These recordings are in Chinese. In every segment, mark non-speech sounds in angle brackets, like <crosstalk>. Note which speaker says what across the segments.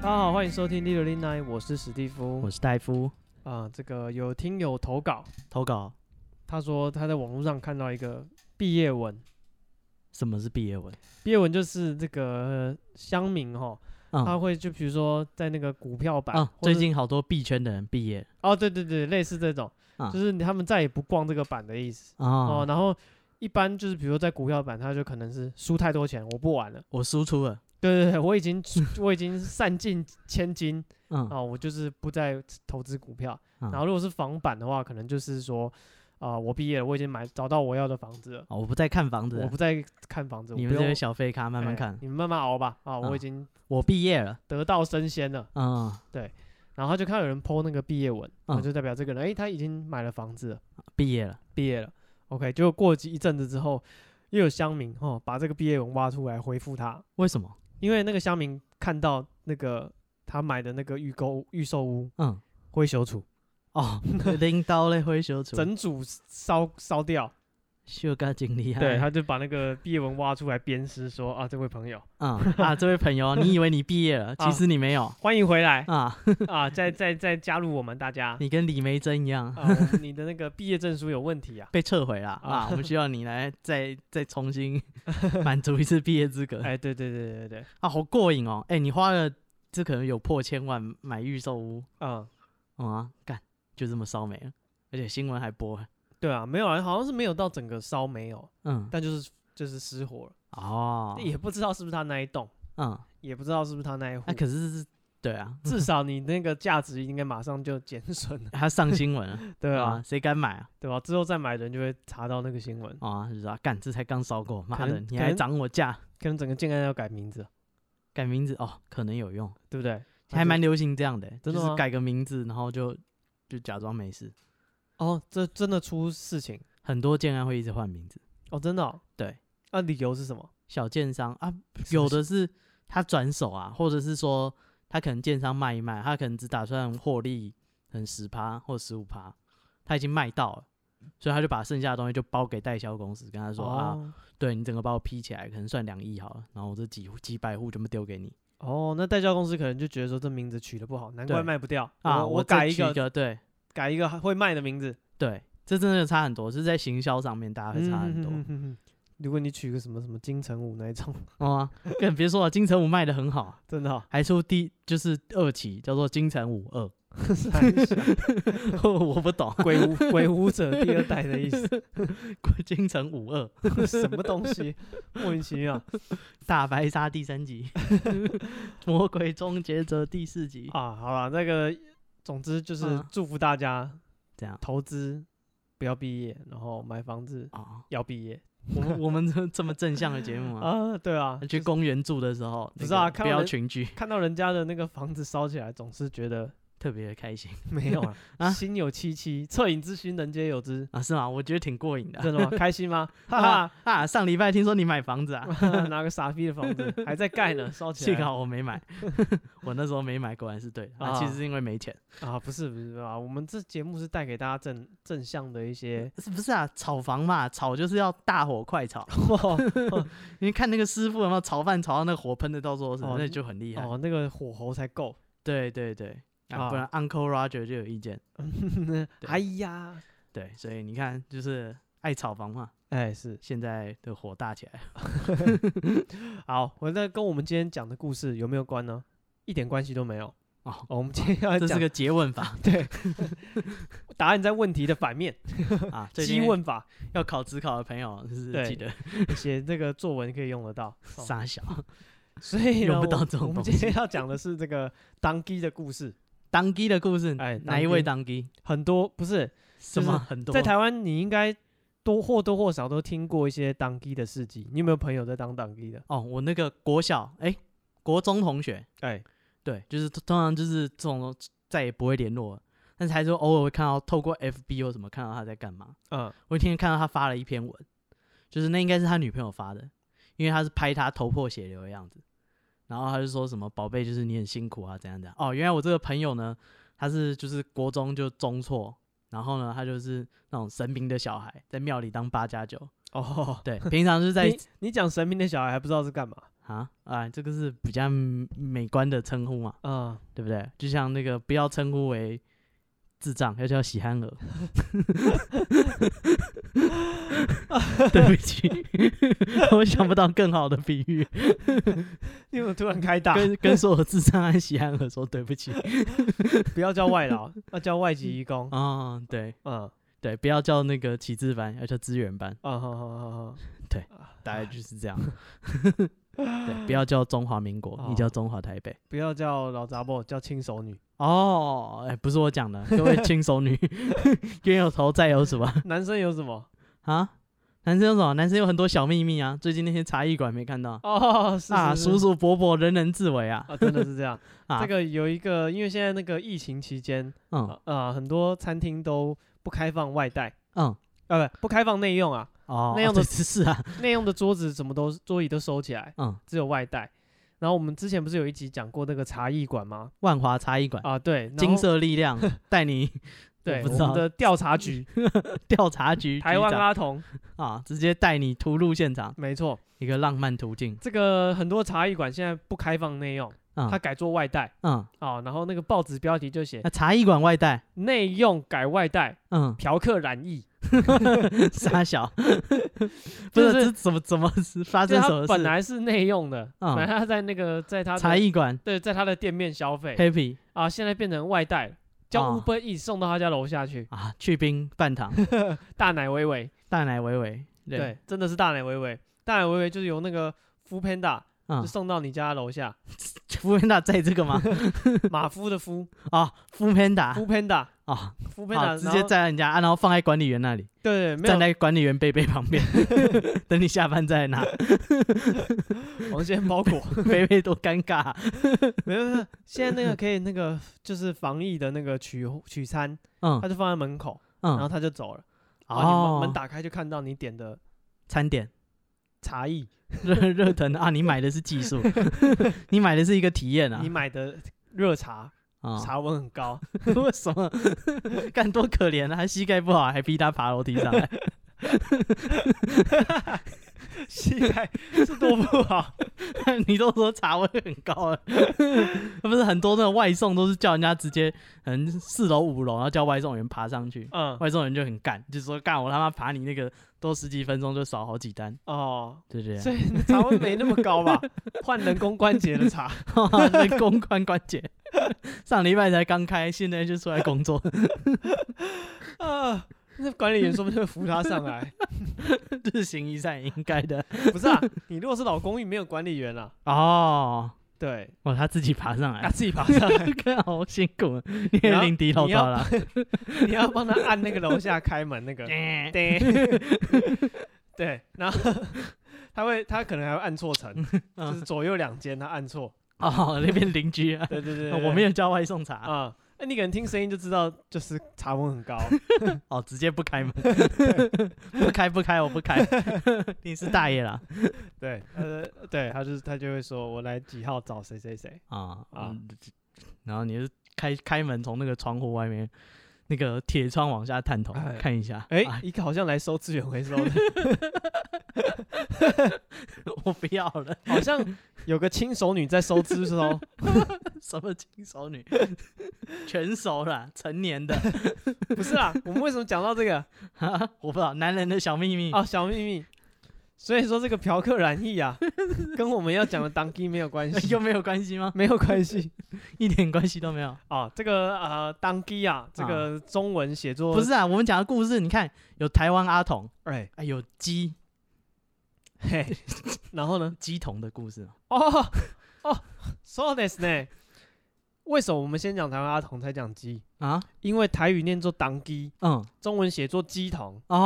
Speaker 1: 欢迎收听《六零 nine》，我是史蒂夫
Speaker 2: 我。是戴夫，
Speaker 1: 啊、这个有听友投稿，
Speaker 2: 投稿
Speaker 1: 他说他在网络上看到一个毕业文，
Speaker 2: 什么是毕业文？
Speaker 1: 毕业文就是这个乡民哈，他
Speaker 2: 嗯
Speaker 1: 会就比如说在那个股票版，
Speaker 2: 嗯，
Speaker 1: 或
Speaker 2: 最
Speaker 1: 是
Speaker 2: 近好多币圈的人毕业
Speaker 1: 哦，对对对，类似这种，
Speaker 2: 啊
Speaker 1: 就是他们再也不逛这个版的意思哦
Speaker 2: 哦，
Speaker 1: 然后一般就是比如说在股票版，他就可能是输太多钱，我不玩了。
Speaker 2: 我输出了，
Speaker 1: 对对对，我已经我已经散尽千金
Speaker 2: 嗯
Speaker 1: 啊、我就是不再投资股票。
Speaker 2: 嗯
Speaker 1: 然后如果是房版的话，可能就是说，啊、我毕业了，我已经买找到我要的房子了，
Speaker 2: 哦我不再看房子
Speaker 1: 我
Speaker 2: 了
Speaker 1: 不，再看房子，我
Speaker 2: 你
Speaker 1: 不
Speaker 2: 们这些
Speaker 1: 用
Speaker 2: 小废咖慢慢
Speaker 1: 哎
Speaker 2: 看，
Speaker 1: 你们慢慢熬吧。啊，我
Speaker 2: 啊
Speaker 1: 已经
Speaker 2: 我毕业了，
Speaker 1: 得道升仙了。
Speaker 2: 嗯，
Speaker 1: 然后他就看到有人 PO 那个毕业文，那、
Speaker 2: 嗯
Speaker 1: 就代表这个人，哎，他已经买了房子了，
Speaker 2: 毕业了，
Speaker 1: 毕业了。OK，结果过几一阵子之后，又有乡民哦把这个毕业文挖出来回复他，
Speaker 2: 为什么？
Speaker 1: 因为那个乡民看到那个他买的那个预购预售屋
Speaker 2: 嗯，
Speaker 1: 会修除， <laughs>
Speaker 2: 哦，拎刀嘞挥修出，
Speaker 1: 整组烧烧掉，
Speaker 2: 秀哥经 <laughs> 理害，
Speaker 1: 对，他就把那个毕业文挖出来鞭尸说啊，这位朋友
Speaker 2: 嗯啊，这位朋友，你以为你毕业了，
Speaker 1: <laughs> 啊
Speaker 2: 其实你没有
Speaker 1: 欢迎回
Speaker 2: <laughs>
Speaker 1: 来
Speaker 2: 啊，
Speaker 1: 啊，再再再加入我们大
Speaker 2: <laughs>
Speaker 1: 家
Speaker 2: 你跟李梅珍一样
Speaker 1: 啊，我你的那个毕业证书有问题啊
Speaker 2: <laughs> 。被撤回了
Speaker 1: 啊
Speaker 2: 啊，我们需要你来再再
Speaker 1: <laughs>
Speaker 2: 重新满足一次毕业资格，
Speaker 1: 哎，对对对对对，
Speaker 2: 啊，好过瘾哦！哎、你花了这可能有破千万买预售屋，
Speaker 1: 嗯，
Speaker 2: 嗯啊，干就这么烧没了，而且新闻还播，
Speaker 1: 对啊，没有啊，好像是没有到整个烧没有，
Speaker 2: 嗯，
Speaker 1: 但就是就是失火了，
Speaker 2: 哦，
Speaker 1: 也不知道是不是他那一栋，
Speaker 2: 嗯，
Speaker 1: 也不知道是不是他那一户
Speaker 2: 那、。可是对啊，
Speaker 1: 至少你那个价值应该马上就减
Speaker 2: <laughs>，
Speaker 1: 损了
Speaker 2: 他上新闻了，
Speaker 1: <laughs> 对啊
Speaker 2: 啊，，谁敢买啊？
Speaker 1: 对吧？之后再买的人就会查到那个新闻，
Speaker 2: 啊，就是啊，干这才刚烧过，妈
Speaker 1: 可
Speaker 2: 的，
Speaker 1: 能
Speaker 2: 你
Speaker 1: 可
Speaker 2: 还
Speaker 1: 能
Speaker 2: 涨我价，
Speaker 1: 可能整个建案要改名字，
Speaker 2: 改名字哦，可能有用，
Speaker 1: 对不对？
Speaker 2: 还蛮流行这样的、
Speaker 1: 真的
Speaker 2: 就
Speaker 1: 吗
Speaker 2: 是改个名字，然后就就假装没事，
Speaker 1: 哦，这真的出事情
Speaker 2: 很多建安会一直换名字，
Speaker 1: 哦，真的哦、
Speaker 2: 对，
Speaker 1: 那、理由是什么？
Speaker 2: 小建商啊，有
Speaker 1: 什么
Speaker 2: 的是他转手啊，或者是说他可能建商卖一卖，他可能只打算获利很十趴或十五趴，他已经卖到了，所以他就把剩下的东西就包给代销公司，跟他
Speaker 1: 是
Speaker 2: 说、啊，对你整个把我批起来，可能算两亿好了，然后我这几户几百户全部丢给你
Speaker 1: 哦，那代销公司可能就觉得说这名字取得不好，难怪
Speaker 2: 对
Speaker 1: 卖不掉
Speaker 2: 啊，
Speaker 1: 我哦我
Speaker 2: 再
Speaker 1: 改一
Speaker 2: 取
Speaker 1: 个
Speaker 2: 一个，对
Speaker 1: 改一个会卖的名字，
Speaker 2: 对，这真的差很多，是在行销上面大家啊会差很
Speaker 1: 嗯
Speaker 2: 多，
Speaker 1: 哼哼哼哼如果你取个什么什么金城武那一种，
Speaker 2: 哦啊，更别说了，金城武卖的很好，，
Speaker 1: 真的、哦
Speaker 2: <laughs> 还出第就是二期叫做金城武二， <laughs> 我不懂。
Speaker 1: 鬼舞鬼舞者第二代的意思，
Speaker 2: <laughs> 京城五二
Speaker 1: <laughs> 什么东西？莫名其
Speaker 2: <laughs>
Speaker 1: 妙
Speaker 2: 大白鲨第三集， <laughs> 魔鬼终结者第四集，
Speaker 1: 啊！好了，那个总之就是
Speaker 2: 嗯
Speaker 1: 祝福大家
Speaker 2: 这样
Speaker 1: 投资不要毕业，然后买房子
Speaker 2: 啊，
Speaker 1: 要毕业
Speaker 2: 我们我们这这么正向的节目啊，
Speaker 1: 啊！对啊，
Speaker 2: 去公园住的时候，
Speaker 1: 不
Speaker 2: 那
Speaker 1: 是啊
Speaker 2: 个
Speaker 1: 看
Speaker 2: 不
Speaker 1: 到
Speaker 2: 要
Speaker 1: 人
Speaker 2: 群居，
Speaker 1: 看到人家的那个房子烧起来，总是觉
Speaker 2: <laughs>
Speaker 1: 得
Speaker 2: 特别开心
Speaker 1: 没有啊，
Speaker 2: 啊
Speaker 1: 心有戚戚，恻隐之心，人皆有之。
Speaker 2: 啊，是吗？我觉得挺过瘾的
Speaker 1: 真的吗？开心吗？ <laughs> 哈
Speaker 2: <laughs> 啊啊！上礼拜听说你买房子啊，
Speaker 1: 哈， <laughs> 拿个傻逼的房
Speaker 2: <laughs>
Speaker 1: 子还在盖呢，烧起
Speaker 2: 幸
Speaker 1: 来哦
Speaker 2: 好我
Speaker 1: <laughs>
Speaker 2: 没买，我那时候没买，果然是对的，啊其实是因为没钱，
Speaker 1: 啊！不是不是啊，我们这节目是带给大家正正向的一些，
Speaker 2: 是不是啊？炒房嘛，炒就是要大火快炒，
Speaker 1: 哦
Speaker 2: <laughs> 你看那个师傅有没有炒饭炒到那火喷的到处都是
Speaker 1: 哦，
Speaker 2: 那就很厉害。
Speaker 1: 哦，那个火候才够。
Speaker 2: 对对对，啊，不
Speaker 1: 啊
Speaker 2: 然 Uncle Roger 就有意见。
Speaker 1: 哎呀，
Speaker 2: 对，所以你看，就是爱炒房嘛，
Speaker 1: 哎
Speaker 2: <laughs>
Speaker 1: 是 <laughs>
Speaker 2: 现在的火大起来了。
Speaker 1: 好，我那跟我们今天讲的故事有没有关呢？一点关系都没有。
Speaker 2: 哦，
Speaker 1: 哦我们今天要
Speaker 2: 这是
Speaker 1: 讲
Speaker 2: 个诘
Speaker 1: <laughs>
Speaker 2: 问法
Speaker 1: 对答案在问题的反面，
Speaker 2: 啊，最
Speaker 1: 激
Speaker 2: 近
Speaker 1: 问法，
Speaker 2: 要考职考的朋友，就是
Speaker 1: 对
Speaker 2: 记得
Speaker 1: 写这个作文可以用
Speaker 2: <laughs>
Speaker 1: 得到。哦
Speaker 2: 傻小
Speaker 1: 所以呢
Speaker 2: 用不到
Speaker 1: 我
Speaker 2: 这种
Speaker 1: 我们
Speaker 2: 东
Speaker 1: 今天要讲的是这个当机的故事。
Speaker 2: 当机的故事，
Speaker 1: 哎
Speaker 2: 哪一位当机？
Speaker 1: 很多不是
Speaker 2: 什么很多
Speaker 1: 在台湾，你应该多或多或少都听过一些当机的事迹。你有没有朋友在当当机的？
Speaker 2: 哦，我那个国小哎，国中同学，
Speaker 1: 哎，
Speaker 2: 对，就是通通常就是这种再也不会联络了，但是还是偶尔会看到透过 FB 或什么看到他在干嘛。
Speaker 1: 嗯，
Speaker 2: 我一天看到他发了一篇文，就是那应该是他女朋友发的，因为他是拍他头破血流的样子，然后他就说什么“宝贝，就是你很辛苦啊，怎样怎样”。哦，原来我这个朋友呢，他是就是国中就中辍，然后呢，他就是那种神明的小孩，在庙里当八加九，
Speaker 1: 哦，
Speaker 2: 对，平常就是在
Speaker 1: 你你讲神明的小孩还不知道是干嘛？
Speaker 2: 啊啊，这个是比较美观的称呼嘛，
Speaker 1: 啊，
Speaker 2: 对不对？就像那个不要称呼为智障，要叫喜憨儿。 <laughs> 对不起，我想不到更好的比喻，
Speaker 1: 你怎么突然开大？
Speaker 2: 跟跟所有智障和喜憨儿说对不起 <laughs>
Speaker 1: 不要叫外劳， <laughs> 要叫外籍义工。
Speaker 2: 啊、对
Speaker 1: 嗯
Speaker 2: 对，不要叫那个启智班，要叫资源班，
Speaker 1: 啊，好好好好，
Speaker 2: 大概就是这样。对，不要叫中华民国，你叫中华台北。
Speaker 1: 不要叫老杂婆，叫轻熟女。
Speaker 2: 哦，哎，不是我讲的，各位 <laughs> 轻熟女，冤有头债有主啊。
Speaker 1: 男生有什么？
Speaker 2: 啊，男生有什么？男生有很多小秘密啊。最近那些茶艺馆没看到
Speaker 1: 哦，是
Speaker 2: 啊，
Speaker 1: 是
Speaker 2: 叔
Speaker 1: 是
Speaker 2: 叔伯伯人人自危啊。
Speaker 1: 啊，真的是
Speaker 2: <laughs>
Speaker 1: 这样。
Speaker 2: 啊，
Speaker 1: 这个有一个，因为现在那个疫情期间，
Speaker 2: 嗯
Speaker 1: 啊、呃很多餐厅都不开放外带，
Speaker 2: 嗯
Speaker 1: 啊，不不开放内用啊，
Speaker 2: 哦，
Speaker 1: 那样的
Speaker 2: 哦对是是啊，
Speaker 1: 内用的桌子什么都桌椅都收起来，
Speaker 2: 嗯，
Speaker 1: 只有外带。然后我们之前不是有一集讲过那个茶艺馆吗？
Speaker 2: 万华茶艺馆，
Speaker 1: 啊，对，然
Speaker 2: 金
Speaker 1: 后
Speaker 2: 色
Speaker 1: <laughs>
Speaker 2: 力量带你
Speaker 1: 对
Speaker 2: 不知
Speaker 1: 我们
Speaker 2: 道 <laughs>
Speaker 1: 的调查局，
Speaker 2: 调查局
Speaker 1: 台
Speaker 2: 局
Speaker 1: 湾
Speaker 2: 长
Speaker 1: 阿童，
Speaker 2: 啊，直接带你屠戮现场，
Speaker 1: 没错，
Speaker 2: 一个浪漫途径。
Speaker 1: 这个很多茶艺馆现在不开放内用，它
Speaker 2: 嗯
Speaker 1: 改做外带 <laughs>
Speaker 2: 嗯，
Speaker 1: 啊。然后那个报纸标题就写
Speaker 2: 那茶艺馆外带，
Speaker 1: “内用改外带，，
Speaker 2: 嗯
Speaker 1: 嫖客染疫 <laughs>
Speaker 2: 傻小，不
Speaker 1: 就是是
Speaker 2: 这怎么怎么啊是”，发
Speaker 1: 就是
Speaker 2: 生什
Speaker 1: 它
Speaker 2: 么
Speaker 1: 本
Speaker 2: 事？
Speaker 1: 来是内用的，
Speaker 2: 嗯
Speaker 1: 本来他在那个在他的
Speaker 2: 茶艺馆
Speaker 1: 对，在他的店面消
Speaker 2: <laughs>
Speaker 1: 费
Speaker 2: happy
Speaker 1: 啊，现在变成外带了，叫
Speaker 2: 哦
Speaker 1: Uber E 送到他家楼下去。 <laughs>
Speaker 2: 啊，去冰饭堂，
Speaker 1: 大奶维维，
Speaker 2: 大奶维维，
Speaker 1: 对，真的是大奶维维，大奶维维就是由那个 f o o Panda
Speaker 2: 嗯
Speaker 1: 就，送到你家楼
Speaker 2: <laughs>
Speaker 1: 下，
Speaker 2: 福片达在这个吗？
Speaker 1: 马夫的夫
Speaker 2: 啊，福片达
Speaker 1: f o o Panda
Speaker 2: 啊，
Speaker 1: f o o
Speaker 2: 好，
Speaker 1: Panda
Speaker 2: 直接
Speaker 1: 在
Speaker 2: 载人家，啊然后放在管理员那里，
Speaker 1: 对对，没
Speaker 2: 站
Speaker 1: 有
Speaker 2: 在管理员贝贝旁
Speaker 1: <laughs>
Speaker 2: 边，等你下班再来拿。
Speaker 1: 王先包
Speaker 2: <laughs>
Speaker 1: 裹，
Speaker 2: 贝贝多尴尬啊，
Speaker 1: 没有没有，现在那个可以那个就是防疫的那个取取餐，他
Speaker 2: 嗯
Speaker 1: 就放在门口，然后
Speaker 2: 嗯，
Speaker 1: 他就走了，然后你门门
Speaker 2: 哦，
Speaker 1: 打开就看到你点的
Speaker 2: 餐点啊
Speaker 1: 茶艺，
Speaker 2: 热热腾啊，你买的是
Speaker 1: <laughs>
Speaker 2: 技术，你买的是一个体验啊
Speaker 1: 你买的热茶，
Speaker 2: 啊，
Speaker 1: 茶温很
Speaker 2: <laughs>
Speaker 1: 高，
Speaker 2: 为什么？干多可怜啊，还膝盖不好，还逼他爬楼梯上来， <laughs>
Speaker 1: 膝盖是多不好，
Speaker 2: <laughs> 你都说茶位很高了， <laughs> 不是很多那种外送都是叫人家直接，嗯，四楼五楼，然后叫外送员爬上去。
Speaker 1: 嗯
Speaker 2: 外送人就很干，就说干我他妈爬你那个多十几分钟就少好几单，
Speaker 1: 哦。
Speaker 2: 对不对？ <laughs>
Speaker 1: 所以茶温没那么高吧？换人工关节的茶，
Speaker 2: 人工髋关节，上礼拜才刚开，现在就出来工作， <laughs>
Speaker 1: 啊，那管理员说不定会扶他上来。
Speaker 2: 日行一善应该的。
Speaker 1: 不是啊，你如果是老公寓，没有管理员啊，
Speaker 2: 哦，
Speaker 1: 对，
Speaker 2: 哇，他自己爬上
Speaker 1: <laughs> 他
Speaker 2: 来，
Speaker 1: 自己爬上
Speaker 2: <laughs>
Speaker 1: 来，
Speaker 2: 看好辛苦，你
Speaker 1: 你
Speaker 2: 也
Speaker 1: 要
Speaker 2: 领地老大了。，
Speaker 1: 你要帮他按那个楼下开门那个
Speaker 2: 对
Speaker 1: 对，对，然后 <laughs> 他会，他可能还会按错层，就是左右两间他按错。
Speaker 2: 哦，那边邻居啊，
Speaker 1: 对对对，
Speaker 2: 我没
Speaker 1: 有
Speaker 2: 有叫外送茶，
Speaker 1: 啊。那你可能听声音就知道，就是茶温很高。
Speaker 2: 哦，直接
Speaker 1: <laughs>
Speaker 2: 不开门， <laughs> 不开不开，我不开，你是大爷啦。
Speaker 1: 对，呃，对，他就是他就会说，我来几号找谁谁谁。
Speaker 2: 啊
Speaker 1: 啊
Speaker 2: 啊，然后你是开开门从那个窗户外面那个铁窗往下探头
Speaker 1: 哎
Speaker 2: 看一下，
Speaker 1: 哎、
Speaker 2: 啊 <laughs>
Speaker 1: 一个好像来收资源回收的，
Speaker 2: 我不要了， <laughs>
Speaker 1: 好像有个轻熟女在收资收，
Speaker 2: 什么轻熟女， <laughs> 全熟了，成年的， <laughs>
Speaker 1: 不是啦，我们为什么讲到这个
Speaker 2: 哈我不知道男人的小秘密
Speaker 1: 啊？小秘密，所以说这个嫖客染疫啊，跟我们要讲的当机没有关系，
Speaker 2: <laughs> 又 <laughs> 没有关系吗？
Speaker 1: 没有关系 <laughs>
Speaker 2: 一点关系都没有。
Speaker 1: 啊。这个呃当机啊，这个中文写作
Speaker 2: 不，是啊，我们讲的故事，你看有台湾阿童，
Speaker 1: 哎、
Speaker 2: 哎，有鸡 <laughs>
Speaker 1: 嘿，然后呢？
Speaker 2: 鸡童的故事嘛，
Speaker 1: 哦哦，so this 呢？为什么我们先讲台湾阿童才讲鸡？
Speaker 2: 啊，
Speaker 1: 因为台语念作当机，
Speaker 2: 嗯，
Speaker 1: 中文写作鸡童
Speaker 2: 哦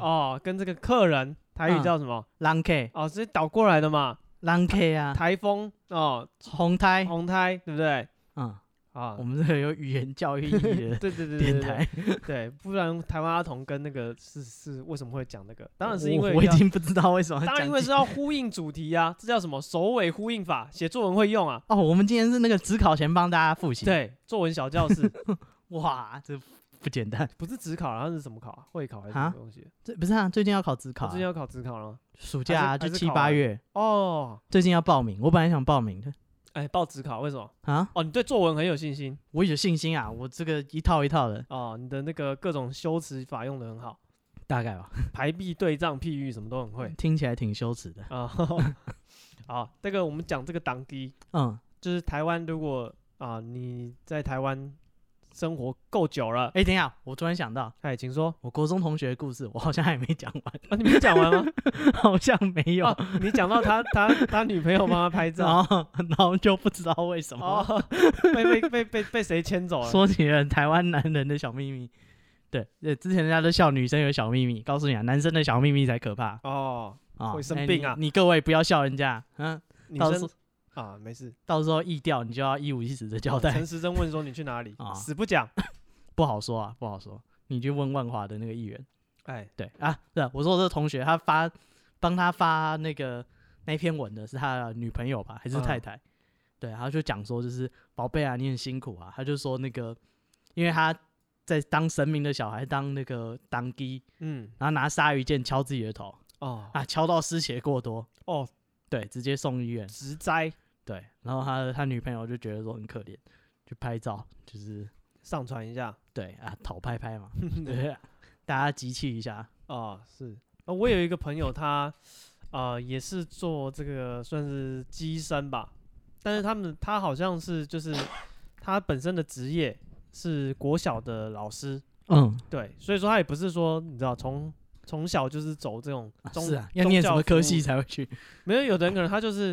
Speaker 1: 哦，跟这个客人台语
Speaker 2: 嗯
Speaker 1: 叫什么？
Speaker 2: 狼 K
Speaker 1: 哦，直接倒过来的嘛，
Speaker 2: 狼 K 啊，
Speaker 1: 台风哦，
Speaker 2: 红胎，
Speaker 1: 红胎，对不对？
Speaker 2: 嗯，
Speaker 1: 啊
Speaker 2: 我，们这个有语言教育意义的
Speaker 1: 对对对，对
Speaker 2: 电
Speaker 1: 对
Speaker 2: 台。
Speaker 1: 对，不然台湾阿童跟那个是是为什么会讲那个？当然是
Speaker 2: 我
Speaker 1: 因为
Speaker 2: 我已
Speaker 1: 要
Speaker 2: 经不知道为什么要
Speaker 1: 当然因
Speaker 2: 讲
Speaker 1: 为
Speaker 2: 起
Speaker 1: 是要呼应主题啊，这叫什么首尾呼应法？写作文会用啊，
Speaker 2: 哦，我们今天是那个只考前帮大家复习。，
Speaker 1: 对，作文小教室
Speaker 2: 哇，这不简单。
Speaker 1: <laughs> 不是职考啊，他是什么考啊？会考还是什
Speaker 2: 啊
Speaker 1: 么东西？
Speaker 2: 这不是啊，最近要考自考
Speaker 1: 我
Speaker 2: 啊、
Speaker 1: 最近要考职考了吗。
Speaker 2: 暑假、啊、
Speaker 1: 还是
Speaker 2: 就
Speaker 1: 还是
Speaker 2: 七
Speaker 1: 考完
Speaker 2: 八
Speaker 1: 了
Speaker 2: 月，
Speaker 1: 哦，
Speaker 2: 最近要报名。我本来想报名的
Speaker 1: 哎，报职考为什么？
Speaker 2: 啊，
Speaker 1: 哦，你对作文很有信心
Speaker 2: 我有信心啊，我这个一套一套的，
Speaker 1: 哦，你的那个各种修辞法用的很好，
Speaker 2: 大概吧，
Speaker 1: 排比、对仗、譬喻什么都很会
Speaker 2: 听起来挺羞耻的。
Speaker 1: <laughs> 啊。好，这个我们讲这个党低，
Speaker 2: 嗯，
Speaker 1: 就是台湾如果啊你在台湾生活够久了，
Speaker 2: 哎，等一下，我突然想到，
Speaker 1: 哎，请说
Speaker 2: 我国中同学的故事，我好像还没讲完，
Speaker 1: 啊，你没讲完吗？
Speaker 2: 好像没有。
Speaker 1: 啊你讲到他他他女朋友帮他拍照，
Speaker 2: 然后，然后就不知道为什么、
Speaker 1: 哦，被被被被被谁牵走了？
Speaker 2: 说起了台湾男人的小秘密。对，对，之前人家都笑女生有小秘密，告诉你啊，男生的小秘密才可怕
Speaker 1: 哦，
Speaker 2: 啊！
Speaker 1: 会生
Speaker 2: 哎
Speaker 1: 病啊
Speaker 2: 你！你各位不要笑人家，嗯，
Speaker 1: 女
Speaker 2: 到
Speaker 1: 生
Speaker 2: 时
Speaker 1: 啊，没事。
Speaker 2: 到时候意调你就要一五一十的交代
Speaker 1: 陈，时珍问说你去哪里
Speaker 2: 啊，
Speaker 1: 死不讲。
Speaker 2: 不好说啊，不好说。你去问万华的那个议员，
Speaker 1: 哎，
Speaker 2: 对啊，对啊我说我这个同学他发帮他发那个那篇文的是他的女朋友吧，还是
Speaker 1: 嗯
Speaker 2: 太太？对，他就讲说就是宝贝啊，你很辛苦啊。他就说那个，因为他在当神明的小孩，当那个当鸡，
Speaker 1: 嗯，
Speaker 2: 然后拿鲨鱼剑敲自己的头
Speaker 1: 哦
Speaker 2: 啊，敲到失血过多，
Speaker 1: 哦，
Speaker 2: 对，直接送医院。
Speaker 1: 植栽
Speaker 2: 对，然后他的他女朋友就觉得说很可怜，去拍照，就是
Speaker 1: 上传一下。
Speaker 2: 对啊，讨拍拍嘛，对，啊大家集气一下，
Speaker 1: 哦，是。啊我有一个朋友，他呃也是做这个算是机身吧，但是他们他好像是就是他本身的职业是国小的老师，
Speaker 2: 嗯，
Speaker 1: 对，所以说他也不是说你知道从从小就是走这种
Speaker 2: 啊
Speaker 1: 宗、
Speaker 2: 是啊，要念什么科系
Speaker 1: 才
Speaker 2: 才会去？
Speaker 1: 没有，有的人可能他就是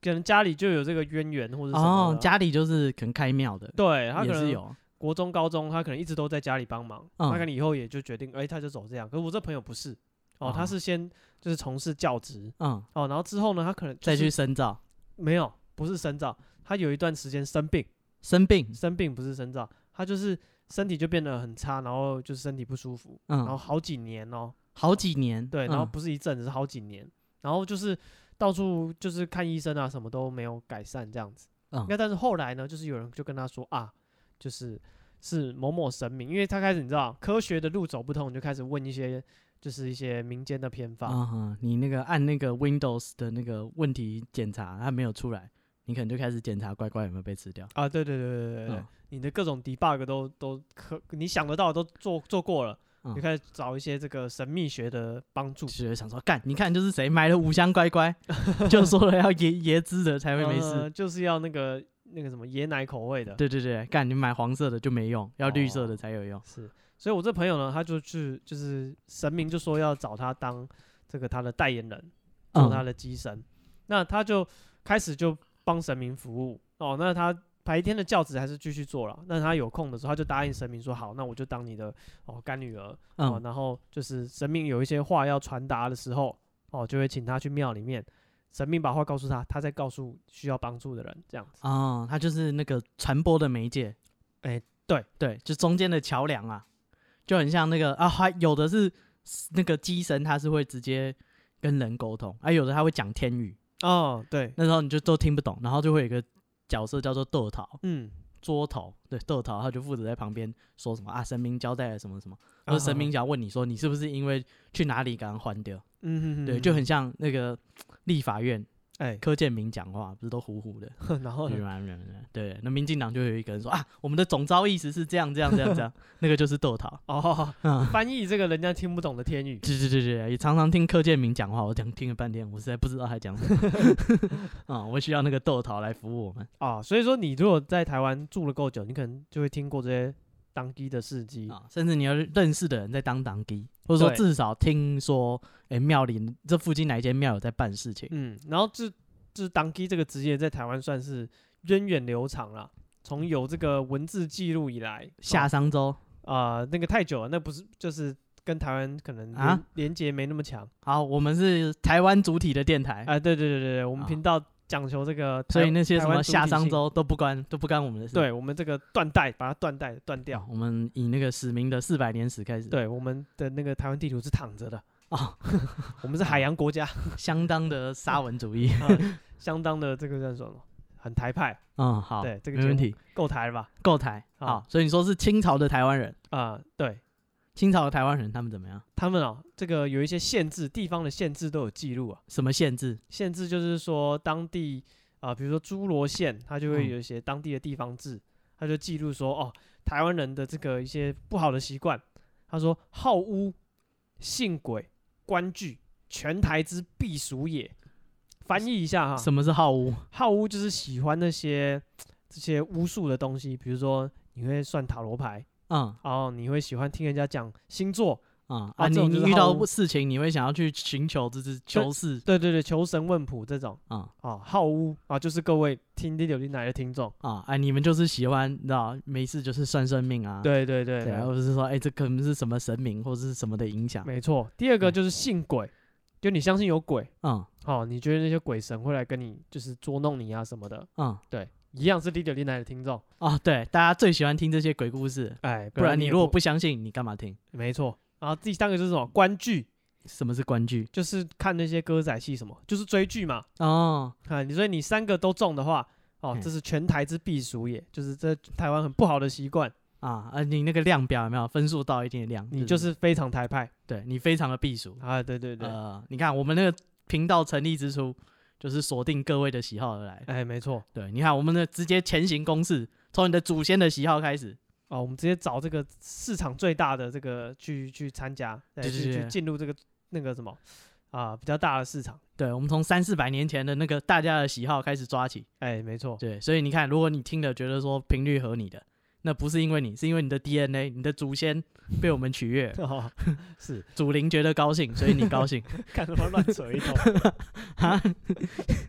Speaker 1: 可能家里就有这个渊源或者什么
Speaker 2: 哦，
Speaker 1: 的
Speaker 2: 家里就是可能开庙的，
Speaker 1: 对他可
Speaker 2: 也是
Speaker 1: 能
Speaker 2: 有，
Speaker 1: 国中、高中，他可能一直都在家里帮忙，
Speaker 2: 嗯
Speaker 1: 他可能以后也就决定，哎、他就走这样。可是我这朋友不是哦，
Speaker 2: 哦
Speaker 1: 他是先就是从事教职
Speaker 2: 嗯，
Speaker 1: 哦，然后之后呢，他可能、
Speaker 2: 再去深造，
Speaker 1: 没有，不是深造，他有一段时间生病，
Speaker 2: 生病，
Speaker 1: 生病不是深造，他就是身体就变得很差，然后就是身体不舒服，然后
Speaker 2: 嗯，
Speaker 1: 好几年哦，
Speaker 2: 好几年，
Speaker 1: 对，然后
Speaker 2: 嗯
Speaker 1: 不是一阵子，是好几年，然后就是到处就是看医生啊，什么都没有改善这样子。
Speaker 2: 嗯
Speaker 1: 那但是后来呢，就是有人就跟他说啊，就是是某某神明，因为他开始你知道科学的路走不通，你就开始问一些就是一些民间的偏方。
Speaker 2: 嗯哼，你那个按那个 Windows 的那个问题检查，它没有出来，你可能就开始检查乖乖有没有被吃掉，
Speaker 1: 啊，对对对对对对，
Speaker 2: 嗯
Speaker 1: 你的各种 debug 都都可你想得到都做做过了，
Speaker 2: 嗯
Speaker 1: 你开始找一些这个神秘学的帮助
Speaker 2: 就。是想说，干，你看就是谁买了五箱
Speaker 1: <laughs>
Speaker 2: 乖乖，就说了要椰椰汁的才会没
Speaker 1: 呃
Speaker 2: 事。
Speaker 1: 就是要那个那个什么椰奶口味的，
Speaker 2: 对对对，干你买黄色的就没用，要绿色的
Speaker 1: 哦
Speaker 2: 才有用。
Speaker 1: 是，所以我这朋友呢，他就去就是神明就说要找他当这个他的代言人，做他
Speaker 2: 嗯
Speaker 1: 的机神。那他就开始就帮神明服务哦。那他白天的教职还是继续做了。那他有空的时候，他就答应神明说好，那我就当你的哦干女儿、哦。
Speaker 2: 嗯，
Speaker 1: 然后就是神明有一些话要传达的时候，哦就会请他去庙里面，神明把话告诉他，他再告诉需要帮助的人，这样子。
Speaker 2: 哦，它就是那个传播的媒介。
Speaker 1: 哎对
Speaker 2: 对，就中间的桥梁啊，就很像那个啊，还有的是那个机神，他是会直接跟人沟通，啊，有的他会讲天语，
Speaker 1: 哦，对，
Speaker 2: 那时候你就都听不懂，然后就会有一个角色叫做豆桃
Speaker 1: 嗯，
Speaker 2: 桌头，对豆桃，他就负责在旁边说什么啊，神明交代了什么什么。然后神
Speaker 1: 啊
Speaker 2: 明，想问你说，你是不是因为去哪里刚刚换掉？
Speaker 1: 嗯哼哼
Speaker 2: 对，
Speaker 1: 哼
Speaker 2: 就很像那个立法院
Speaker 1: 哎， <laughs>
Speaker 2: 柯建明讲话，不是都糊糊的？
Speaker 1: 然后呢
Speaker 2: 对
Speaker 1: <laughs>
Speaker 2: 吧对，那民进党就有一个人说啊，我们的总招意思是这样这样这
Speaker 1: <laughs>
Speaker 2: 样这样，那个就是豆桃。
Speaker 1: 哦，
Speaker 2: 嗯，
Speaker 1: 翻译这个人家听不懂的天语。
Speaker 2: 对对对对，也常常听柯建明讲话，我讲听了半天，我实在不知道他讲什么。
Speaker 1: <laughs>
Speaker 2: 啊、我需要那个豆桃来服务我们。
Speaker 1: 啊，所以说你如果在台湾住了够久，你可能就会听过这些当地的事迹。
Speaker 2: 啊，甚至你要认识的人在当当地，或者说
Speaker 1: 对
Speaker 2: 至少听说，哎、庙里这附近哪一间庙有在办事情，
Speaker 1: 嗯，然后这这当地这个职业在台湾算是源远流长了，从有这个文字记录以来，
Speaker 2: 下商周。
Speaker 1: 啊、那个太久了，那不是就是跟台湾可能连、
Speaker 2: 啊
Speaker 1: 连接没那么强。
Speaker 2: 好，我们是台湾主体的电台，
Speaker 1: 哎、对对对对对，我们
Speaker 2: 啊
Speaker 1: 频道讲求这个台，
Speaker 2: 所以那些
Speaker 1: 台
Speaker 2: 什
Speaker 1: 湾
Speaker 2: 么
Speaker 1: 主
Speaker 2: 下
Speaker 1: 体
Speaker 2: 商
Speaker 1: 性，
Speaker 2: 周都不关都不干我们的事。
Speaker 1: 对我们这个断代，把它断代断掉
Speaker 2: 啊，。我们以那个史明的四百年史开始，
Speaker 1: 对，我们的那个台湾地图是躺着的，
Speaker 2: 哦， <laughs>
Speaker 1: 我们是海洋国家。啊
Speaker 2: 相当的沙文主义，
Speaker 1: 相当的这个叫什么？很台派，
Speaker 2: 嗯，好，
Speaker 1: 对这个
Speaker 2: 没
Speaker 1: 节
Speaker 2: 问
Speaker 1: 目啊
Speaker 2: 题，
Speaker 1: 够台了吧？
Speaker 2: 够台，
Speaker 1: 好
Speaker 2: 好，所以你说是清朝的台湾人，
Speaker 1: 啊、对
Speaker 2: 清朝的台湾人他们怎么样？
Speaker 1: 他们哦，这个有一些限制，地方的限制都有记录啊。
Speaker 2: 什么限制？
Speaker 1: 限制就是说当地啊、比如说诸罗县，它就
Speaker 2: 嗯
Speaker 1: 会有一些当地的地方志，它就记录说哦，台湾人的这个一些不好的习惯，他说好污、性鬼、官具，全台之避俗也。翻译一下哈，
Speaker 2: 什么是好屋？
Speaker 1: 好巫就是喜欢那些这些巫术的东西，比如说你会算塔罗牌，
Speaker 2: 嗯
Speaker 1: 然后你会喜欢听人家讲星座，
Speaker 2: 嗯啊，
Speaker 1: 啊这
Speaker 2: 你
Speaker 1: 种就
Speaker 2: 你
Speaker 1: 是
Speaker 2: 遇
Speaker 1: 好
Speaker 2: 到
Speaker 1: 屋
Speaker 2: 事情，你会想要去寻求这是求是
Speaker 1: 对对对，求神问卜这种
Speaker 2: 啊
Speaker 1: 啊，好巫啊，就是各位听第六零来的听众，
Speaker 2: 啊哎，你们就是喜欢，你知道，没事就是算算命啊，
Speaker 1: 对对对
Speaker 2: 对啊，
Speaker 1: 对，
Speaker 2: 或者是说，哎，这可能是什么神明或者是什么的影响，
Speaker 1: 没错。第二个就是信鬼，就你相信有鬼，
Speaker 2: 嗯
Speaker 1: 哦，你觉得那些鬼神会来跟你就是捉弄你啊什么的，
Speaker 2: 嗯
Speaker 1: 对，一样是第六零来的听众，
Speaker 2: 啊，对，大家最喜欢听这些鬼故事，
Speaker 1: 哎，
Speaker 2: 不然你
Speaker 1: 也
Speaker 2: 如果不相信，你干嘛听？
Speaker 1: 没错。然后第三个就是什么观剧，
Speaker 2: 什么是观剧？
Speaker 1: 就是看那些歌仔戏什么，就是追剧嘛，
Speaker 2: 哦，
Speaker 1: 啊，你所以你三个都中的话，哦，
Speaker 2: 嗯
Speaker 1: 这是全台之避暑也，就是这台湾很不好的习惯，
Speaker 2: 啊，啊，你那个量表有没有分数到一定的量，
Speaker 1: 你就是是非常台派
Speaker 2: 对你非常的避暑。
Speaker 1: 啊，对嗯对对，
Speaker 2: 呃，你看我们那个频道成立之初，就是锁定各位的喜好而来。
Speaker 1: 哎，没错，
Speaker 2: 对，你看我们的直接前行公式，从你的祖先的喜好开始。
Speaker 1: 哦，我们直接找这个市场最大的这个去去参加，哎
Speaker 2: 对对
Speaker 1: 去
Speaker 2: 对
Speaker 1: 去进入这个那个什么啊比较大的市场，
Speaker 2: 对，我们从三四百年前的那个大家的喜好开始抓起。
Speaker 1: 哎，没
Speaker 2: <laughs>
Speaker 1: 错，，
Speaker 2: 对，所以你看，如果你听了觉得说频率合你的，那不是因为你，是因为你的 DNA，你的祖先被我们取悦
Speaker 1: 哦、是
Speaker 2: 祖灵觉得高兴，所以你高兴。
Speaker 1: <laughs> 看什么乱扯一通
Speaker 2: <laughs> 啊，
Speaker 1: 好，那
Speaker 2: 我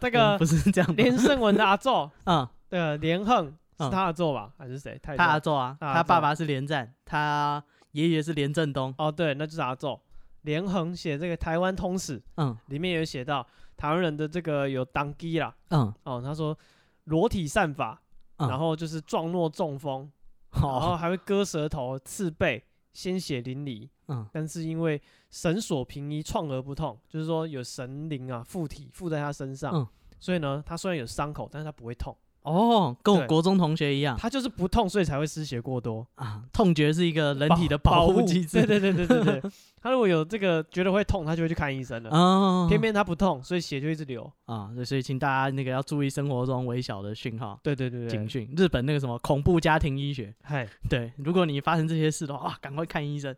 Speaker 2: 们
Speaker 1: 个
Speaker 2: 不是这样的。
Speaker 1: 连胜文的阿宙，
Speaker 2: 嗯，
Speaker 1: 呃，连横是
Speaker 2: 嗯
Speaker 1: 他的宙吧，还是谁？泰
Speaker 2: 他
Speaker 1: 宙
Speaker 2: 阿宙啊，
Speaker 1: 他阿
Speaker 2: 他爸
Speaker 1: 宙
Speaker 2: 爸是连战，他爷爷是连振东。
Speaker 1: 哦，对，那就是阿宙。连横写这个《台湾通史》
Speaker 2: 嗯
Speaker 1: 里面有写到台湾人的这个有当机啦，
Speaker 2: 嗯，
Speaker 1: 哦，他说裸体散发，
Speaker 2: 嗯哦
Speaker 1: 然后就是撞落中风，然后
Speaker 2: 好，
Speaker 1: 还会割舌头、刺背，鲜血淋漓。
Speaker 2: 嗯
Speaker 1: 但是因为神所平移，创而不痛，就是说有神灵啊附体附在他身上，
Speaker 2: 嗯
Speaker 1: 所以呢，他虽然有伤口，但是他不会痛，
Speaker 2: 哦，跟我
Speaker 1: 对
Speaker 2: 国中同学一样
Speaker 1: 他就是不痛，所以才会失血过多。
Speaker 2: 啊，痛觉是一个人体的
Speaker 1: 保
Speaker 2: 护机制。
Speaker 1: 对对对对对 <laughs> 对，他如果有这个觉得会痛，他就会去看医生了。
Speaker 2: 哦，
Speaker 1: 偏偏他不痛，所以血就一直流。
Speaker 2: 啊，所以请大家那个要注意生活中微小的讯号。
Speaker 1: 对对对对，
Speaker 2: 警讯，日本那个什么恐怖家庭医学，
Speaker 1: 嗨，
Speaker 2: 对，如果你发生这些事的话，哇，啊赶快看医生。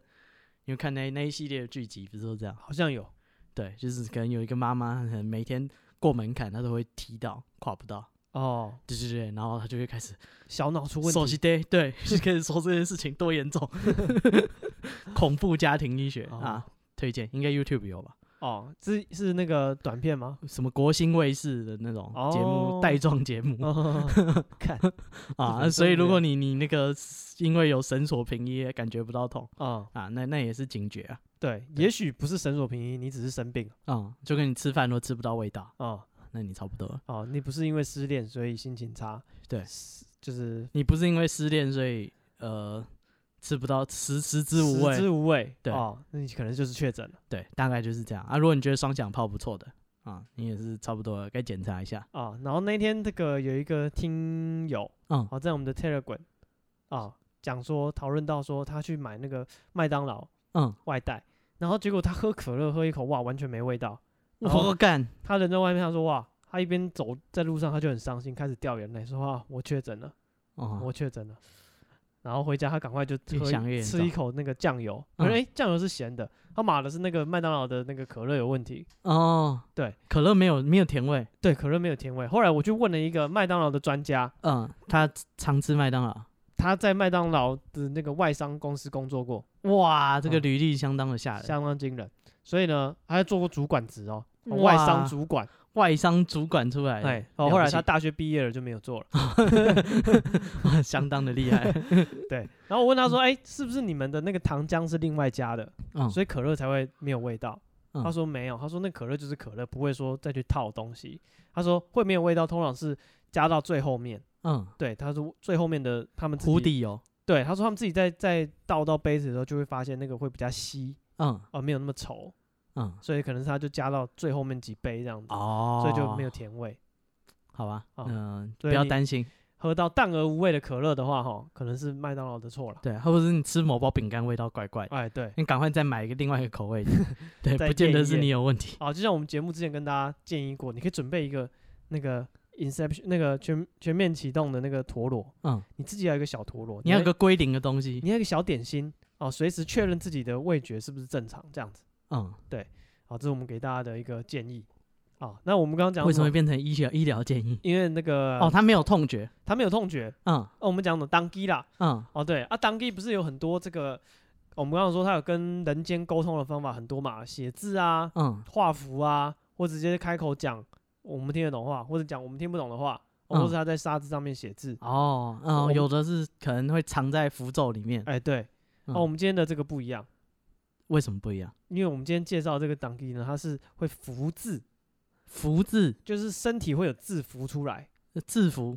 Speaker 2: 因为看那那一系列的剧集，不是都这样？
Speaker 1: 好像有
Speaker 2: 对，就是可能有一个妈妈，可能每天过门槛，她都会踢到，跨不到，
Speaker 1: 哦，
Speaker 2: 对对对，然后她就会开始
Speaker 1: 小脑出问
Speaker 2: 首席
Speaker 1: 题。
Speaker 2: 对对，就开始说这件事情多严 <laughs> 重，恐怖家庭医学、啊，推荐应该 YouTube 有吧？
Speaker 1: 哦，这是那个短片吗？
Speaker 2: 什么国新卫视的那种节目，
Speaker 1: 哦
Speaker 2: 带状节目、
Speaker 1: 哦，
Speaker 2: 嗯
Speaker 1: 看
Speaker 2: 啊， <laughs>
Speaker 1: 很
Speaker 2: 所以
Speaker 1: 重
Speaker 2: 如果
Speaker 1: 要
Speaker 2: 你你那个因为有绳索平一感觉不到痛 <laughs>
Speaker 1: 哦，
Speaker 2: 啊，那那也是警觉啊，
Speaker 1: 对，也许不是神所平移，你只是生病
Speaker 2: 嗯，就跟你吃饭都吃不到味道，
Speaker 1: 哦
Speaker 2: 那你差不多了。
Speaker 1: 哦，你不是因为失恋所以心情差，
Speaker 2: 对
Speaker 1: 是，就是
Speaker 2: 你不是因为失恋所以呃吃不到食食之无
Speaker 1: 食之
Speaker 2: 味，
Speaker 1: 无味，
Speaker 2: 对
Speaker 1: 哦，那你可能就是确诊了
Speaker 2: 对，大概就是这样啊。如果你觉得双响炮不错的啊，你也是差不多了该检查一下。
Speaker 1: 啊。然后那天这个有一个听友
Speaker 2: 嗯
Speaker 1: 哦，在我们的 Telegram 啊讲说讨论到说他去买那个麦当劳
Speaker 2: 嗯，
Speaker 1: 外带，然后结果他喝可乐喝一口，哇，完全没味道。然后
Speaker 2: 我干，
Speaker 1: 他人在外面，他说哇，他一边走在路上，他就很伤心，开始掉眼泪，说哇，我确诊了，
Speaker 2: 哦，
Speaker 1: 我确诊了。然后回家，他赶快就
Speaker 2: 越
Speaker 1: 喝
Speaker 2: 想越
Speaker 1: 一
Speaker 2: 严
Speaker 1: 吃
Speaker 2: 重
Speaker 1: 一口那个酱油，可是
Speaker 2: 嗯
Speaker 1: 哎，酱油是咸的，他妈的是那个麦当劳的那个可乐有问题，
Speaker 2: 哦，
Speaker 1: 对，
Speaker 2: 可乐没有没有甜味，
Speaker 1: 对，可乐没有甜味。后来我去问了一个麦当劳的专家，
Speaker 2: 嗯，他常吃麦当劳，
Speaker 1: 他在麦当劳的那个外商公司工作过，
Speaker 2: 哇，这个
Speaker 1: 嗯
Speaker 2: 履历相当的吓人，
Speaker 1: 相当惊人，所以呢，他还做过主管职哦，
Speaker 2: 哇
Speaker 1: 外商主管，
Speaker 2: 外商主管出来的，
Speaker 1: 哎，
Speaker 2: 了
Speaker 1: 哦，
Speaker 2: 不
Speaker 1: 后来
Speaker 2: 起
Speaker 1: 他大学毕业了就没有做了。
Speaker 2: <laughs> 相当的厉害，
Speaker 1: 对，然后我问他说：“哎、是不是你们的那个糖浆是另外加的，
Speaker 2: <laughs> 嗯
Speaker 1: 所以可乐才会没有味道？”
Speaker 2: 嗯
Speaker 1: 他说：“没有，他说那可乐就是可乐，不会说再去套东西。他说会没有味道，通常是加到最后面。
Speaker 2: 嗯，
Speaker 1: 对，他说最后面的他们自
Speaker 2: 湖
Speaker 1: 己，
Speaker 2: 底油，
Speaker 1: 对，他说他们自己在在倒到杯子的时候，就会发现那个会比较稀
Speaker 2: 嗯
Speaker 1: 啊、没有那么稠，
Speaker 2: 嗯，
Speaker 1: 所以可能是他就加到最后面几杯这样子，
Speaker 2: 哦，
Speaker 1: 所以就没有甜味。
Speaker 2: 好吧，
Speaker 1: 好
Speaker 2: 嗯，不
Speaker 1: 对
Speaker 2: 要
Speaker 1: 你
Speaker 2: 担心，
Speaker 1: 喝到淡而无味的可乐的话，哈，可能是麦当劳的错了。
Speaker 2: 对，或者是你吃某包饼干味道怪怪的，
Speaker 1: 哎，对，
Speaker 2: 你赶快再买一个另外一个口 <laughs> 味的，对，
Speaker 1: 再
Speaker 2: 不见
Speaker 1: 验
Speaker 2: 得
Speaker 1: 一
Speaker 2: 是
Speaker 1: 验
Speaker 2: 你有问题。
Speaker 1: 好，就像我们节目之前跟大家建议过，你可以准备一个那个 Inception 那个全全面启动的那个陀螺，
Speaker 2: 嗯，
Speaker 1: 你自己要有一个小陀螺，
Speaker 2: 你要有
Speaker 1: 会
Speaker 2: 个归零的东西
Speaker 1: 你，要有一个小点心哦，随时确认自己的味觉是不是正常，这样子。
Speaker 2: 嗯，
Speaker 1: 好，这是我们给大家的一个建议。啊，那我们刚刚讲
Speaker 2: 为什么会
Speaker 1: 什么？
Speaker 2: 变成医疗医疗建议？
Speaker 1: 因为那个
Speaker 2: 哦，他没有痛觉，
Speaker 1: 他没有痛觉。
Speaker 2: 嗯
Speaker 1: 哦，我们讲的当机啦。
Speaker 2: 嗯，
Speaker 1: 哦，对啊，当机不是有很多这个，我们刚刚说他有跟人间沟通的方法很多嘛，写字啊，
Speaker 2: 嗯，
Speaker 1: 画符啊，或直接开口讲我们听得懂的话，或者讲我们听不懂的话，哦
Speaker 2: 嗯
Speaker 1: 或者他在沙子上面写字。
Speaker 2: 哦，
Speaker 1: 我
Speaker 2: 嗯，
Speaker 1: 们
Speaker 2: 有的是可能会藏在符咒里面，
Speaker 1: 哎、对，
Speaker 2: 嗯
Speaker 1: 哦，我们今天的这个不一样，
Speaker 2: 为什么不一样？
Speaker 1: 因为我们今天介绍这个当机呢，它是会浮字，
Speaker 2: 符字
Speaker 1: 就是身体会有字浮出来，
Speaker 2: 制服，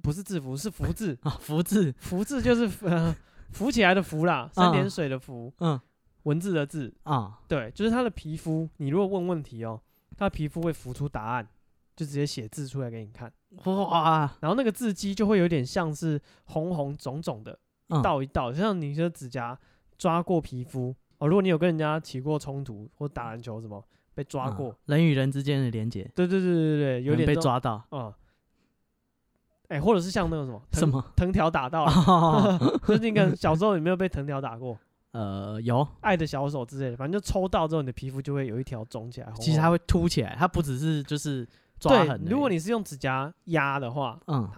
Speaker 1: 不是字浮，是浮字 <laughs>
Speaker 2: 啊，符字，
Speaker 1: 浮字就是呃 <laughs> 浮起来的浮啦，三点水的浮，
Speaker 2: 嗯
Speaker 1: 文字的字，
Speaker 2: 啊，
Speaker 1: 对，就是他的皮肤，你如果问问题哦，他的皮肤会浮出答案，就直接写字出来给你看，啊
Speaker 2: 哇，
Speaker 1: 然后那个字迹就会有点像是红红肿肿的。
Speaker 2: 嗯
Speaker 1: 倒一倒，就像你的指甲抓过皮肤哦。如果你有跟人家起过冲突或打篮球什么被抓
Speaker 2: 嗯
Speaker 1: 过，
Speaker 2: 人与人之间的连接，
Speaker 1: 对对对对对，有
Speaker 2: 可能
Speaker 1: 点这
Speaker 2: 被
Speaker 1: 种
Speaker 2: 抓到
Speaker 1: 啊。哎、或者是像那个什么藤
Speaker 2: 什么？哦
Speaker 1: 藤条
Speaker 2: <laughs>
Speaker 1: 打到啊， <laughs> 就是那个小时候有没有被藤条打过？
Speaker 2: 呃，有，
Speaker 1: 爱的小手之类的，反正就抽到之后，你的皮肤就会有一条肿起来。红
Speaker 2: 其实它
Speaker 1: 红
Speaker 2: 会凸起来，它不只是就是抓
Speaker 1: 对
Speaker 2: 痕而已。
Speaker 1: 如果你是用指甲压的话，
Speaker 2: 嗯，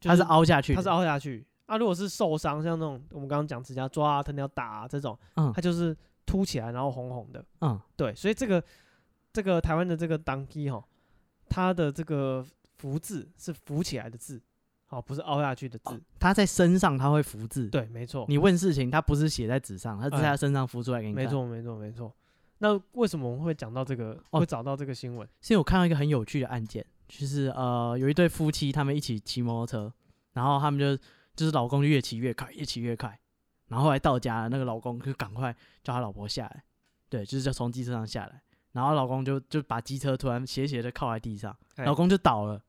Speaker 1: 就
Speaker 2: 它是，凹下去的，
Speaker 1: 它是凹下去。啊，如果是受伤，像那种我们刚刚讲指甲抓、啊、藤条打、啊、这种，
Speaker 2: 嗯
Speaker 1: 它就是凸起来，然后红红的。
Speaker 2: 嗯
Speaker 1: 对，所以这个这个台湾的这个当机哈，它的这个福字是浮起来的字，好、不是凹下去的字。
Speaker 2: 它在身上它会浮字。
Speaker 1: 对，没错，
Speaker 2: 你问事情，它不是写在纸上，它是在
Speaker 1: 哎
Speaker 2: 它身上浮出来给你看。
Speaker 1: 没，错，没错，没错。那为什么我们会讲到这个，
Speaker 2: 哦
Speaker 1: 会找到这个新闻？
Speaker 2: 是因为我看到一个很有趣的案件，就是呃，有一对夫妻他们一起骑摩托车，然后他们就就是老公就越骑越快，越骑越快，然后后来到家了，那个老公就赶快叫他老婆下来，对，就是就从机车上下来，然后老公就就把机车突然斜斜的靠在地上，
Speaker 1: 哎
Speaker 2: 老公就倒了，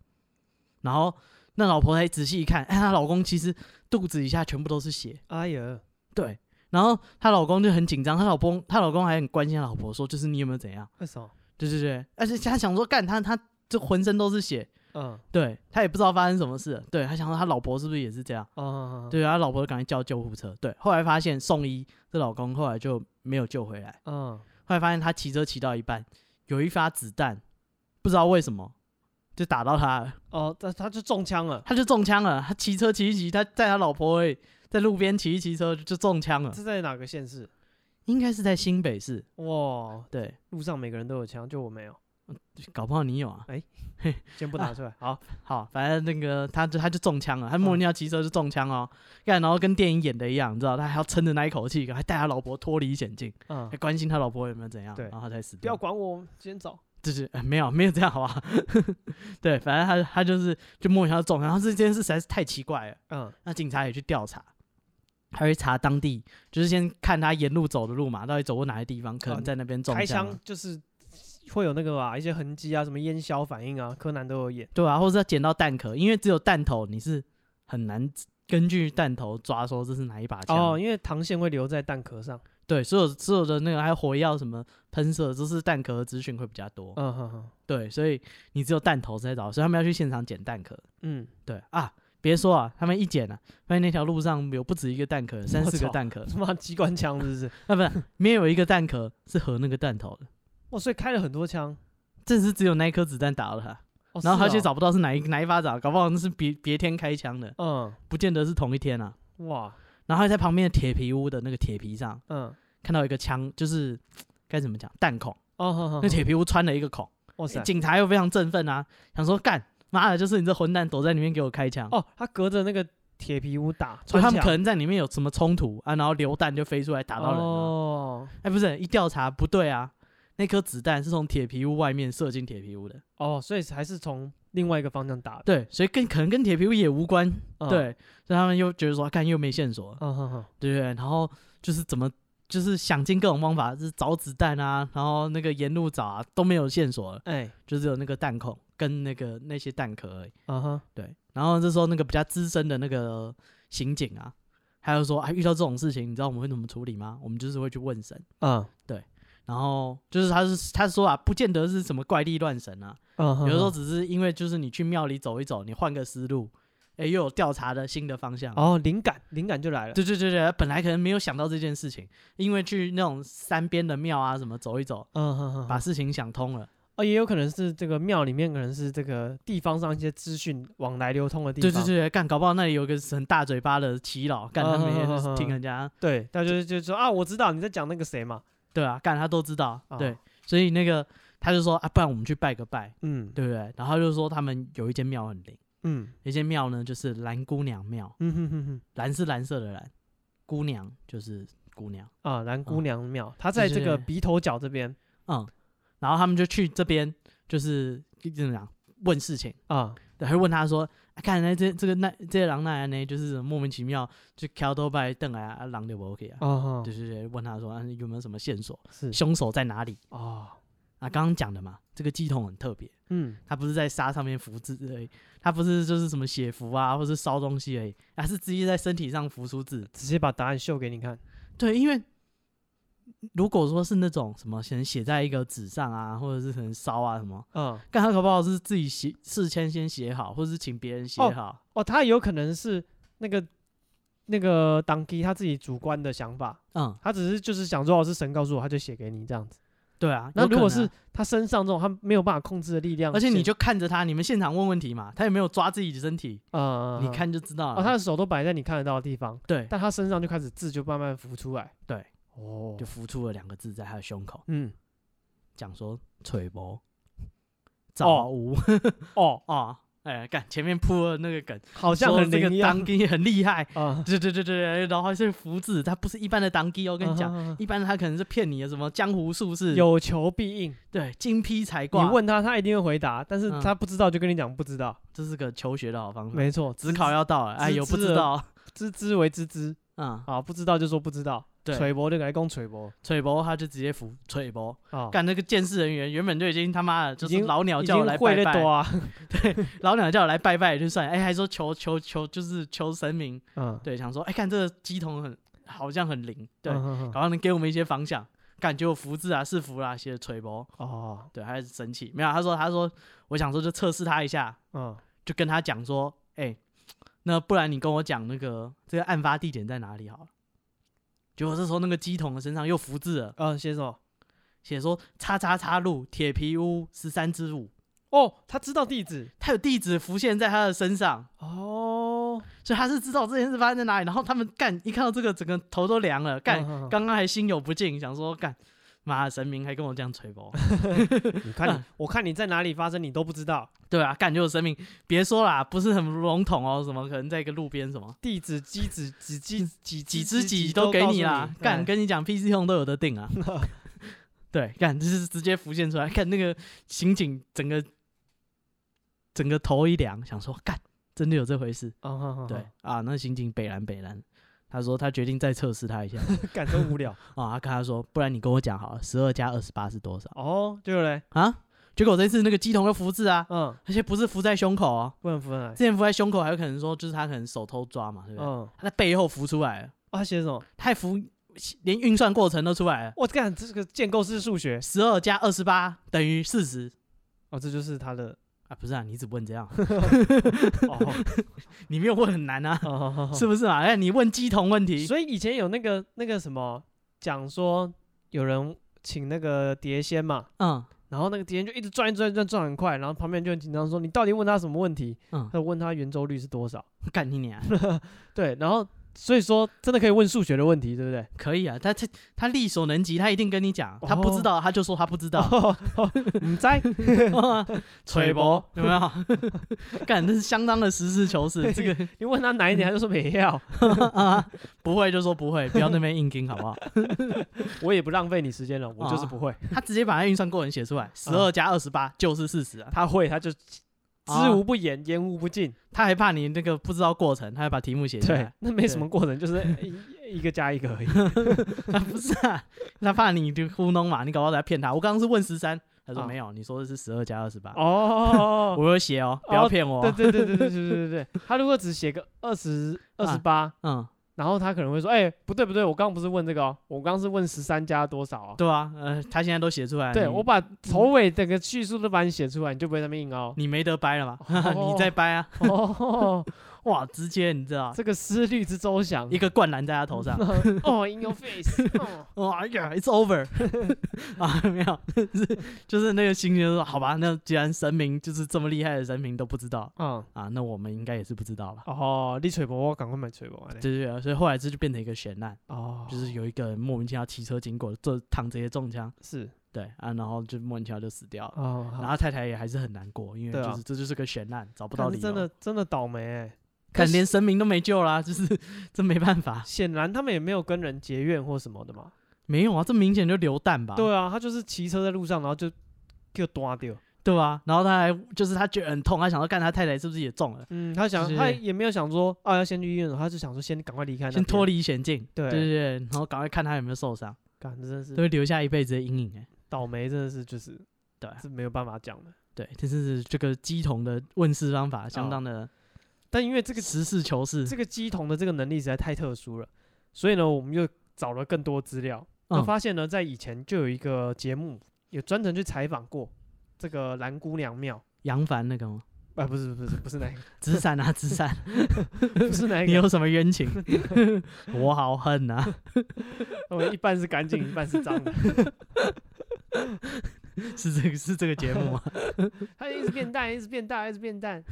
Speaker 2: 然后那老婆才仔细一看，哎，她老公其实肚子以下全部都是血，
Speaker 1: 哎呀，
Speaker 2: 对。然后她老公就很紧张，她老公她老公还很关心她老婆，说就是你有没有怎样？
Speaker 1: 为什么？
Speaker 2: 对对对，而且他想说，干他他这浑身都是血，
Speaker 1: 嗯
Speaker 2: 对他也不知道发生什么事了，对他想说他老婆是不是也是这样？
Speaker 1: 嗯，，
Speaker 2: 对，他老婆赶快叫救护车，对，后来发现送医，这老公后来就没有救回来，
Speaker 1: 嗯，
Speaker 2: 后来发现他骑车骑到一半，有一发子弹，不知道为什么就打到他了，
Speaker 1: 哦，他他就中枪了，
Speaker 2: 他就中枪了，他骑车骑一骑，他在他老婆而已在路边骑一骑车就就中枪了，
Speaker 1: 这在哪个县市？
Speaker 2: 应该是在新北市，
Speaker 1: 哇，
Speaker 2: 对，
Speaker 1: 路上每个人都有枪，就我没有，
Speaker 2: 搞不好你有啊，
Speaker 1: 先不拿
Speaker 2: <laughs>
Speaker 1: 出来。好，
Speaker 2: 好，反正那个他就他就中枪了，他
Speaker 1: 嗯
Speaker 2: 莫名其妙骑车就中枪哦，干、然后跟电影演的一样，你知道，他还要撑着那一口气，还带他老婆脱离险境，
Speaker 1: 嗯
Speaker 2: 还，关心他老婆有没有怎样，
Speaker 1: 对
Speaker 2: 然后他才死
Speaker 1: 不
Speaker 2: 掉。
Speaker 1: 要管我，今天走。
Speaker 2: 就是、呃没有没有这样，好 <laughs> 吧？对，反正他他就是就莫名其妙中，然后这件事实在是太奇怪了，
Speaker 1: 嗯
Speaker 2: 那警察也去调查。还会查当地，就是先看他沿路走的路嘛，到底走过哪些地方，可能
Speaker 1: 嗯
Speaker 2: 在那边中
Speaker 1: 开
Speaker 2: 枪
Speaker 1: 枪
Speaker 2: 啊，
Speaker 1: 就是会有那个吧，一些痕迹啊，什么烟硝反应啊，柯南都有演。
Speaker 2: 对啊，或者是要捡到弹壳，因为只有弹头你是很难根据弹头抓说这是哪一把啊枪的
Speaker 1: 哦，因为膛线会留在弹壳上。
Speaker 2: 对，所有所有的那个还有火药什么喷射，都是弹壳的资讯会比较多。
Speaker 1: 嗯哼哼，
Speaker 2: 对，所以你只有弹头在找，所以他们要去现场捡弹壳。
Speaker 1: 嗯，
Speaker 2: 对啊，别说啊，他们一捡啊，发现那条路上有不止一个弹壳，三
Speaker 1: 我
Speaker 2: 四个
Speaker 1: 操
Speaker 2: 弹壳，
Speaker 1: 他妈机关枪是不是？ <laughs>
Speaker 2: 啊，不是，没有一个弹壳是和那个弹头的，
Speaker 1: 哇，哦所以开了很多枪。
Speaker 2: 正是只有那一颗子弹打到他，
Speaker 1: 哦
Speaker 2: 然后他
Speaker 1: 是
Speaker 2: 却
Speaker 1: 哦
Speaker 2: 找不到是哪一哪一发打，搞不好那是别别天开枪的，不见得是同一天啊。
Speaker 1: 嗯，哇，
Speaker 2: 然后还在旁边的铁皮屋的那个铁皮上
Speaker 1: 嗯，
Speaker 2: 看到一个枪，就是该怎么讲弹孔，
Speaker 1: 哦，哼哼
Speaker 2: 那
Speaker 1: 哼
Speaker 2: 铁皮屋穿了一个孔。
Speaker 1: 哇塞，
Speaker 2: 警察又非常振奋啊，想说干妈的，就是你这混蛋躲在里面给我开枪。
Speaker 1: 哦，他隔着那个铁皮屋打，
Speaker 2: 所
Speaker 1: 穿哦
Speaker 2: 以哦他们
Speaker 1: 墙
Speaker 2: 可能在里面有什么冲突啊，然后流弹就飞出来打到人了。
Speaker 1: 哦
Speaker 2: 哎、不是，一调查不对啊，那颗子弹是从铁皮屋外面射进铁皮屋的。
Speaker 1: 哦，所以还是从另外一个方向打的。
Speaker 2: 对，所以跟可能跟铁皮屋也无关。
Speaker 1: 嗯，
Speaker 2: 对，所以他们又觉得说，啊看又没线索，
Speaker 1: 嗯哼哼，
Speaker 2: 对不对？然后就是怎么。就是想尽各种方法，就是找子弹啊，然后那个沿路找啊，都没有线索了，
Speaker 1: 哎，
Speaker 2: 就只有那个弹孔。跟那个那些蛋壳而已。
Speaker 1: 啊哈，
Speaker 2: 对，然后这时候那个比较资深的那个刑警啊，他就说啊，遇到这种事情，你知道我们会怎么处理吗？我们就是会去问神，
Speaker 1: 嗯
Speaker 2: 然后就是他是他说啊，不见得是什么怪力乱神啊，
Speaker 1: 嗯哼，
Speaker 2: 有的时候只是因为就是你去庙里走一走，你换个思路，哎，又有调查的新的方向。
Speaker 1: 哦，灵感灵感就来了，
Speaker 2: 对对对对，本来可能没有想到这件事情，因为去那种山边的庙啊什么走一走，
Speaker 1: 嗯哼哼，
Speaker 2: 把
Speaker 1: 哼
Speaker 2: 事情想通了。
Speaker 1: 哦，也有可能是这个庙里面，可能是这个地方上一些资讯往来流通的地
Speaker 2: 对
Speaker 1: 方，
Speaker 2: 对对，干搞不好那里有个很大嘴巴的耆老，干他嗯每
Speaker 1: 啊啊
Speaker 2: 天
Speaker 1: 啊啊
Speaker 2: 就是听人家，
Speaker 1: 对，他就就说啊，我知道你在讲那个谁嘛，
Speaker 2: 对啊，干他都知道
Speaker 1: 啊，
Speaker 2: 对，所以那个他就说啊，不然我们去拜个拜，
Speaker 1: 嗯
Speaker 2: 对不对？然后他就说他们有一间庙很灵，
Speaker 1: 嗯
Speaker 2: 那间庙呢就是蓝姑娘庙，
Speaker 1: 嗯哼哼哼，
Speaker 2: 蓝是蓝色的蓝，姑娘就是姑娘，
Speaker 1: 啊，蓝姑
Speaker 2: 啊
Speaker 1: 娘庙，她在这
Speaker 2: 对对
Speaker 1: 个
Speaker 2: 对
Speaker 1: 鼻头角这边
Speaker 2: 嗯，然后他们就去这边就是怎么讲问事情。
Speaker 1: 啊，
Speaker 2: 对，还问他说：“啊、看那这这个那这个人那样呢，就是莫名其妙就敲头拜凳来啊，狼就不 OK 啊。
Speaker 1: 哦
Speaker 2: 对对对，问他说、啊、有没有什么线索，
Speaker 1: 是
Speaker 2: 凶手在哪里
Speaker 1: 哦，
Speaker 2: 啊？刚刚讲的嘛，这个系统很特别，
Speaker 1: 嗯
Speaker 2: 它不是在沙上面浮字而已，它不是就是什么写符啊，或是烧东西而已，它是直接在身体上浮出字。
Speaker 1: 直接把答案秀给你看。
Speaker 2: 对，因为如果说是那种什么，可能写在一个纸上啊，或者是可能烧啊什么，
Speaker 1: 嗯，
Speaker 2: 干他搞不好是自己写事先先写好，或者是请别人写
Speaker 1: 哦
Speaker 2: 好。
Speaker 1: 哦，他有可能是那个那个当机他自己主观的想法，
Speaker 2: 嗯，
Speaker 1: 他只是就是想说，哦，是神告诉我，他就写给你这样子。
Speaker 2: 对啊。
Speaker 1: 那
Speaker 2: 有可
Speaker 1: 如果
Speaker 2: 能啊
Speaker 1: 是他身上这种他没有办法控制的力量，
Speaker 2: 而且你
Speaker 1: 现
Speaker 2: 就看着他，你们现场问问题嘛，他也没有抓自己的身体，
Speaker 1: 呃，
Speaker 2: 你看就知道了。
Speaker 1: 哦，他的手都摆在你看得到的地方，
Speaker 2: 对
Speaker 1: 但他身上就开始字就慢慢浮出来。
Speaker 2: 对，
Speaker 1: 哦
Speaker 2: 就，浮出了两个字在他的胸口，
Speaker 1: 嗯，
Speaker 2: 讲说“吹波早无”
Speaker 1: 哦，
Speaker 2: 哦，哎，干前面铺了那个梗，
Speaker 1: 好
Speaker 2: 好
Speaker 1: 像很
Speaker 2: 这
Speaker 1: 灵一
Speaker 2: 个
Speaker 1: 样
Speaker 2: 当机很厉害， <laughs>
Speaker 1: 啊，
Speaker 2: 对对对对对，然后是福字，他不是一般的当机哦，我跟你讲，
Speaker 1: 啊，
Speaker 2: 一般他可能是骗你的什么江湖术士，
Speaker 1: 有求必应。
Speaker 2: 对金披财
Speaker 1: 你
Speaker 2: 挂，
Speaker 1: 问他，他一定会回答，但是
Speaker 2: 嗯
Speaker 1: 他不知道就跟你讲不知道。
Speaker 2: 这是个求学的好方法，
Speaker 1: 没错，
Speaker 2: 只考要到了，哎，
Speaker 1: 知
Speaker 2: 有不
Speaker 1: 知
Speaker 2: 知
Speaker 1: 了
Speaker 2: 道，
Speaker 1: 知之为知之
Speaker 2: 嗯，
Speaker 1: 啊，不知道就说不知道，
Speaker 2: 对
Speaker 1: 吹波就来讲吹波
Speaker 2: 吹波他就直接服吹波。
Speaker 1: 啊，
Speaker 2: 干那个监视人员原本就已经他妈的就
Speaker 1: 已
Speaker 2: 是
Speaker 1: 经
Speaker 2: 老鸟
Speaker 1: 已
Speaker 2: 叫我
Speaker 1: 经
Speaker 2: 来
Speaker 1: 会
Speaker 2: 拜
Speaker 1: 得多
Speaker 2: 拜，
Speaker 1: 啊， <laughs>
Speaker 2: 老鸟叫我来拜拜也就算，哎、还说求求求就是求神明，
Speaker 1: 嗯，
Speaker 2: 对，想说哎、看这个鸡童很好像很灵，对，
Speaker 1: 嗯，嗯嗯
Speaker 2: 搞到能给我们一些方向，感觉我福字啊是福啦、写的吹波，
Speaker 1: 哦，
Speaker 2: 对，他还是生气，没有，啊他说他说我想说就测试他一下，
Speaker 1: 嗯，
Speaker 2: 就跟他讲说，哎、那不然你跟我讲那个这个案发地点在哪里好了，结果这时候那个鸡童的身上又福字了，
Speaker 1: 呃，写什么？
Speaker 2: 写说叉叉叉路铁皮屋十三之五。
Speaker 1: 哦，他知道地址
Speaker 2: 他有地址浮现在他的身上，
Speaker 1: 哦，
Speaker 2: 所以他是知道这件事发生在哪里。然后他们干一看到这个，整个头都凉了。干，
Speaker 1: 嗯，
Speaker 2: 刚刚还心有不敬，想说干，妈的神明还跟我这样吹风。
Speaker 1: 嗯你
Speaker 2: 啊
Speaker 1: 看你，我看你在哪里发生，你都不知道
Speaker 2: <laughs> 对啊，干就有神明，别说啦，不是很笼统哦，什么可能在一个路边什么
Speaker 1: 地址、机址、几几几
Speaker 2: 几只
Speaker 1: 只
Speaker 2: 几
Speaker 1: 都
Speaker 2: 都给
Speaker 1: 告诉
Speaker 2: 你
Speaker 1: 你
Speaker 2: 啦。干，，跟你讲，PC 用都有的定啊。 <laughs> 对，干就是直接浮现出来，看那个刑警整个整个头一凉，想说干，真的有这回事。
Speaker 1: 哎嗯嗯嗯嗯
Speaker 2: 对啊，那刑警北兰北兰，他说他决定再测试他一下 <laughs>
Speaker 1: 干真无聊
Speaker 2: 啊，他跟他说，不然你跟我讲好了，十二加二十八是多少
Speaker 1: 哦，就是嘞，
Speaker 2: 啊？结果这次那个鸡童的福字啊，
Speaker 1: 嗯，
Speaker 2: 而且不是浮在胸口哦，
Speaker 1: 不能不能来
Speaker 2: 之，前浮在胸口还有可能说就是他可能手偷抓嘛，对不对？
Speaker 1: 嗯，哦，
Speaker 2: 他在背后浮出来了，
Speaker 1: 他写什么？
Speaker 2: 他还浮连运算过程都出来了，
Speaker 1: 我干这个建构式数学
Speaker 2: 十二加二十八等于四十。
Speaker 1: 哦，这就是他
Speaker 2: <laughs>
Speaker 1: 的
Speaker 2: 啊，不是啊，你只问
Speaker 1: <laughs>
Speaker 2: 这样，
Speaker 1: 哦。
Speaker 2: 你没有问很难啊，
Speaker 1: 哦，
Speaker 2: 是不是啊？哎，你问鸡童问题，
Speaker 1: 所以以前有那个那个什么讲说，有人请那个碟仙嘛，
Speaker 2: 嗯
Speaker 1: 然后那个碟仙就一直转一直转一直转转很快，然后旁边就很紧张说：“你到底问他什么问题？”
Speaker 2: 嗯
Speaker 1: 他，就问他圆周率是多少？
Speaker 2: 干你娘！
Speaker 1: <laughs> 对，然后所以说真的可以问数学的问题，对不对？
Speaker 2: 可以啊，他他他力所能及，他一定跟你讲，他不知道他就说他不知道，
Speaker 1: <laughs> 你在 <laughs>
Speaker 2: 吹
Speaker 1: 哦啊吹
Speaker 2: 波
Speaker 1: 波
Speaker 2: 有没有？ <laughs> 干，这是相当的实事求是，这个
Speaker 1: 你问他哪一点，他就说没要， <laughs>
Speaker 2: <laughs> 啊不会就说不会，不要那边硬盯好不好？
Speaker 1: 我也不浪费你时间了，我就是不会。 <laughs>
Speaker 2: 他直接把他运算过程写出
Speaker 1: 嗯
Speaker 2: 来，十二加二十八就是四十啊，
Speaker 1: 他会，他就
Speaker 2: 啊
Speaker 1: 知无不言，言无不尽。
Speaker 2: 他还怕你那个不知道过程，他还把题目写出
Speaker 1: 对
Speaker 2: <laughs> 来，，
Speaker 1: <laughs> 那没什么过程，就是一一个加一个 <laughs> 而已。
Speaker 2: 啊不是啊，他怕你就糊弄嘛，你搞不好在骗他。我刚刚是问十三，他说
Speaker 1: 啊
Speaker 2: 没有，你说的是十二加二十八，
Speaker 1: 哦，
Speaker 2: 我有写哦，不要
Speaker 1: 哦
Speaker 2: 骗我
Speaker 1: 对对
Speaker 2: 哦。
Speaker 1: 对对对对对对对，他如果只写个二十二十八，
Speaker 2: 嗯，
Speaker 1: 然后他可能会说，哎，不对不对，我刚刚不是问这个哦，我刚刚是问十三加多少啊？
Speaker 2: 对啊，呃，他现在都写出来，
Speaker 1: 对
Speaker 2: 你
Speaker 1: 我把头尾整个叙述都把你写出来，你就不会那么硬凹。
Speaker 2: 你没得掰了嘛，
Speaker 1: 哦
Speaker 2: <laughs> 你再掰啊，
Speaker 1: 哦，
Speaker 2: 哇，直接你知道，
Speaker 1: 这个思虑之周详
Speaker 2: 一。个灌篮在他
Speaker 1: <laughs>
Speaker 2: 头上，
Speaker 1: 哦，in your <laughs> face 哦。
Speaker 2: 哇呀，it's over <laughs> 啊，没有，是就是那个心情就说，好吧，那既然神明就是这么厉害的神明都不知道
Speaker 1: 嗯，
Speaker 2: 啊，那我们应该也是不知道吧？
Speaker 1: 哦，你吹波，我赶快买吹波。这样
Speaker 2: 对对对，所以后来这就变成一个悬案，
Speaker 1: 哦，
Speaker 2: 就是有一个人莫名其妙骑车经过，这躺着也中枪，
Speaker 1: 是
Speaker 2: 对啊，然后就莫名其妙就死掉了。
Speaker 1: 哦，
Speaker 2: 然后太太也还是很难过，因为
Speaker 1: 对
Speaker 2: 就
Speaker 1: 啊
Speaker 2: 是、这就是个悬案，找不
Speaker 1: 不
Speaker 2: 到理由，
Speaker 1: 真的，真的倒霉哎。可
Speaker 2: 但
Speaker 1: 是
Speaker 2: 连神明都没救啦、就是这没办法，
Speaker 1: 显然他们也没有跟人结怨或什么的嘛。
Speaker 2: 没有啊，这明显就流弹吧，
Speaker 1: 对啊，他就是骑车在路上，然后就就断掉。
Speaker 2: 对吧？然后他还就是他觉得很痛，他想要干他太太是不是也中了，
Speaker 1: 嗯，他想
Speaker 2: 是
Speaker 1: 他也没有想说啊要先去医院，他就想说先赶快离开，
Speaker 2: 先脱
Speaker 1: 离。
Speaker 2: 离险境，
Speaker 1: 对
Speaker 2: 对对，然后赶快看他有没有受伤，
Speaker 1: 干，这真
Speaker 2: 都
Speaker 1: 是
Speaker 2: 会留下一辈子的阴影哎、
Speaker 1: 倒霉，真的是就是
Speaker 2: 对啊
Speaker 1: 是没有办法讲的。
Speaker 2: 对，这是这个鸡同的问世方法，
Speaker 1: 哦
Speaker 2: 相当的
Speaker 1: 但因为这个
Speaker 2: 实事求是，
Speaker 1: 这个鸡童的这个能力实在太特殊了，所以呢，我们就找了更多资料，那
Speaker 2: 嗯
Speaker 1: 发现呢，在以前就有一个节目有专程去采访过这个蓝姑娘庙，
Speaker 2: 杨凡那个 <laughs> 吗？
Speaker 1: 啊，不是不是不是那一
Speaker 2: 纸伞啊，纸伞，
Speaker 1: 个，不是那
Speaker 2: <laughs> 你
Speaker 1: 一个，
Speaker 2: 有什么冤情？我好恨呐、啊，
Speaker 1: 我一半是干净，一半是脏
Speaker 2: <laughs>
Speaker 1: 的，
Speaker 2: 是这个是这个节目吗？
Speaker 1: 它一直变淡，一直变大，一直变淡。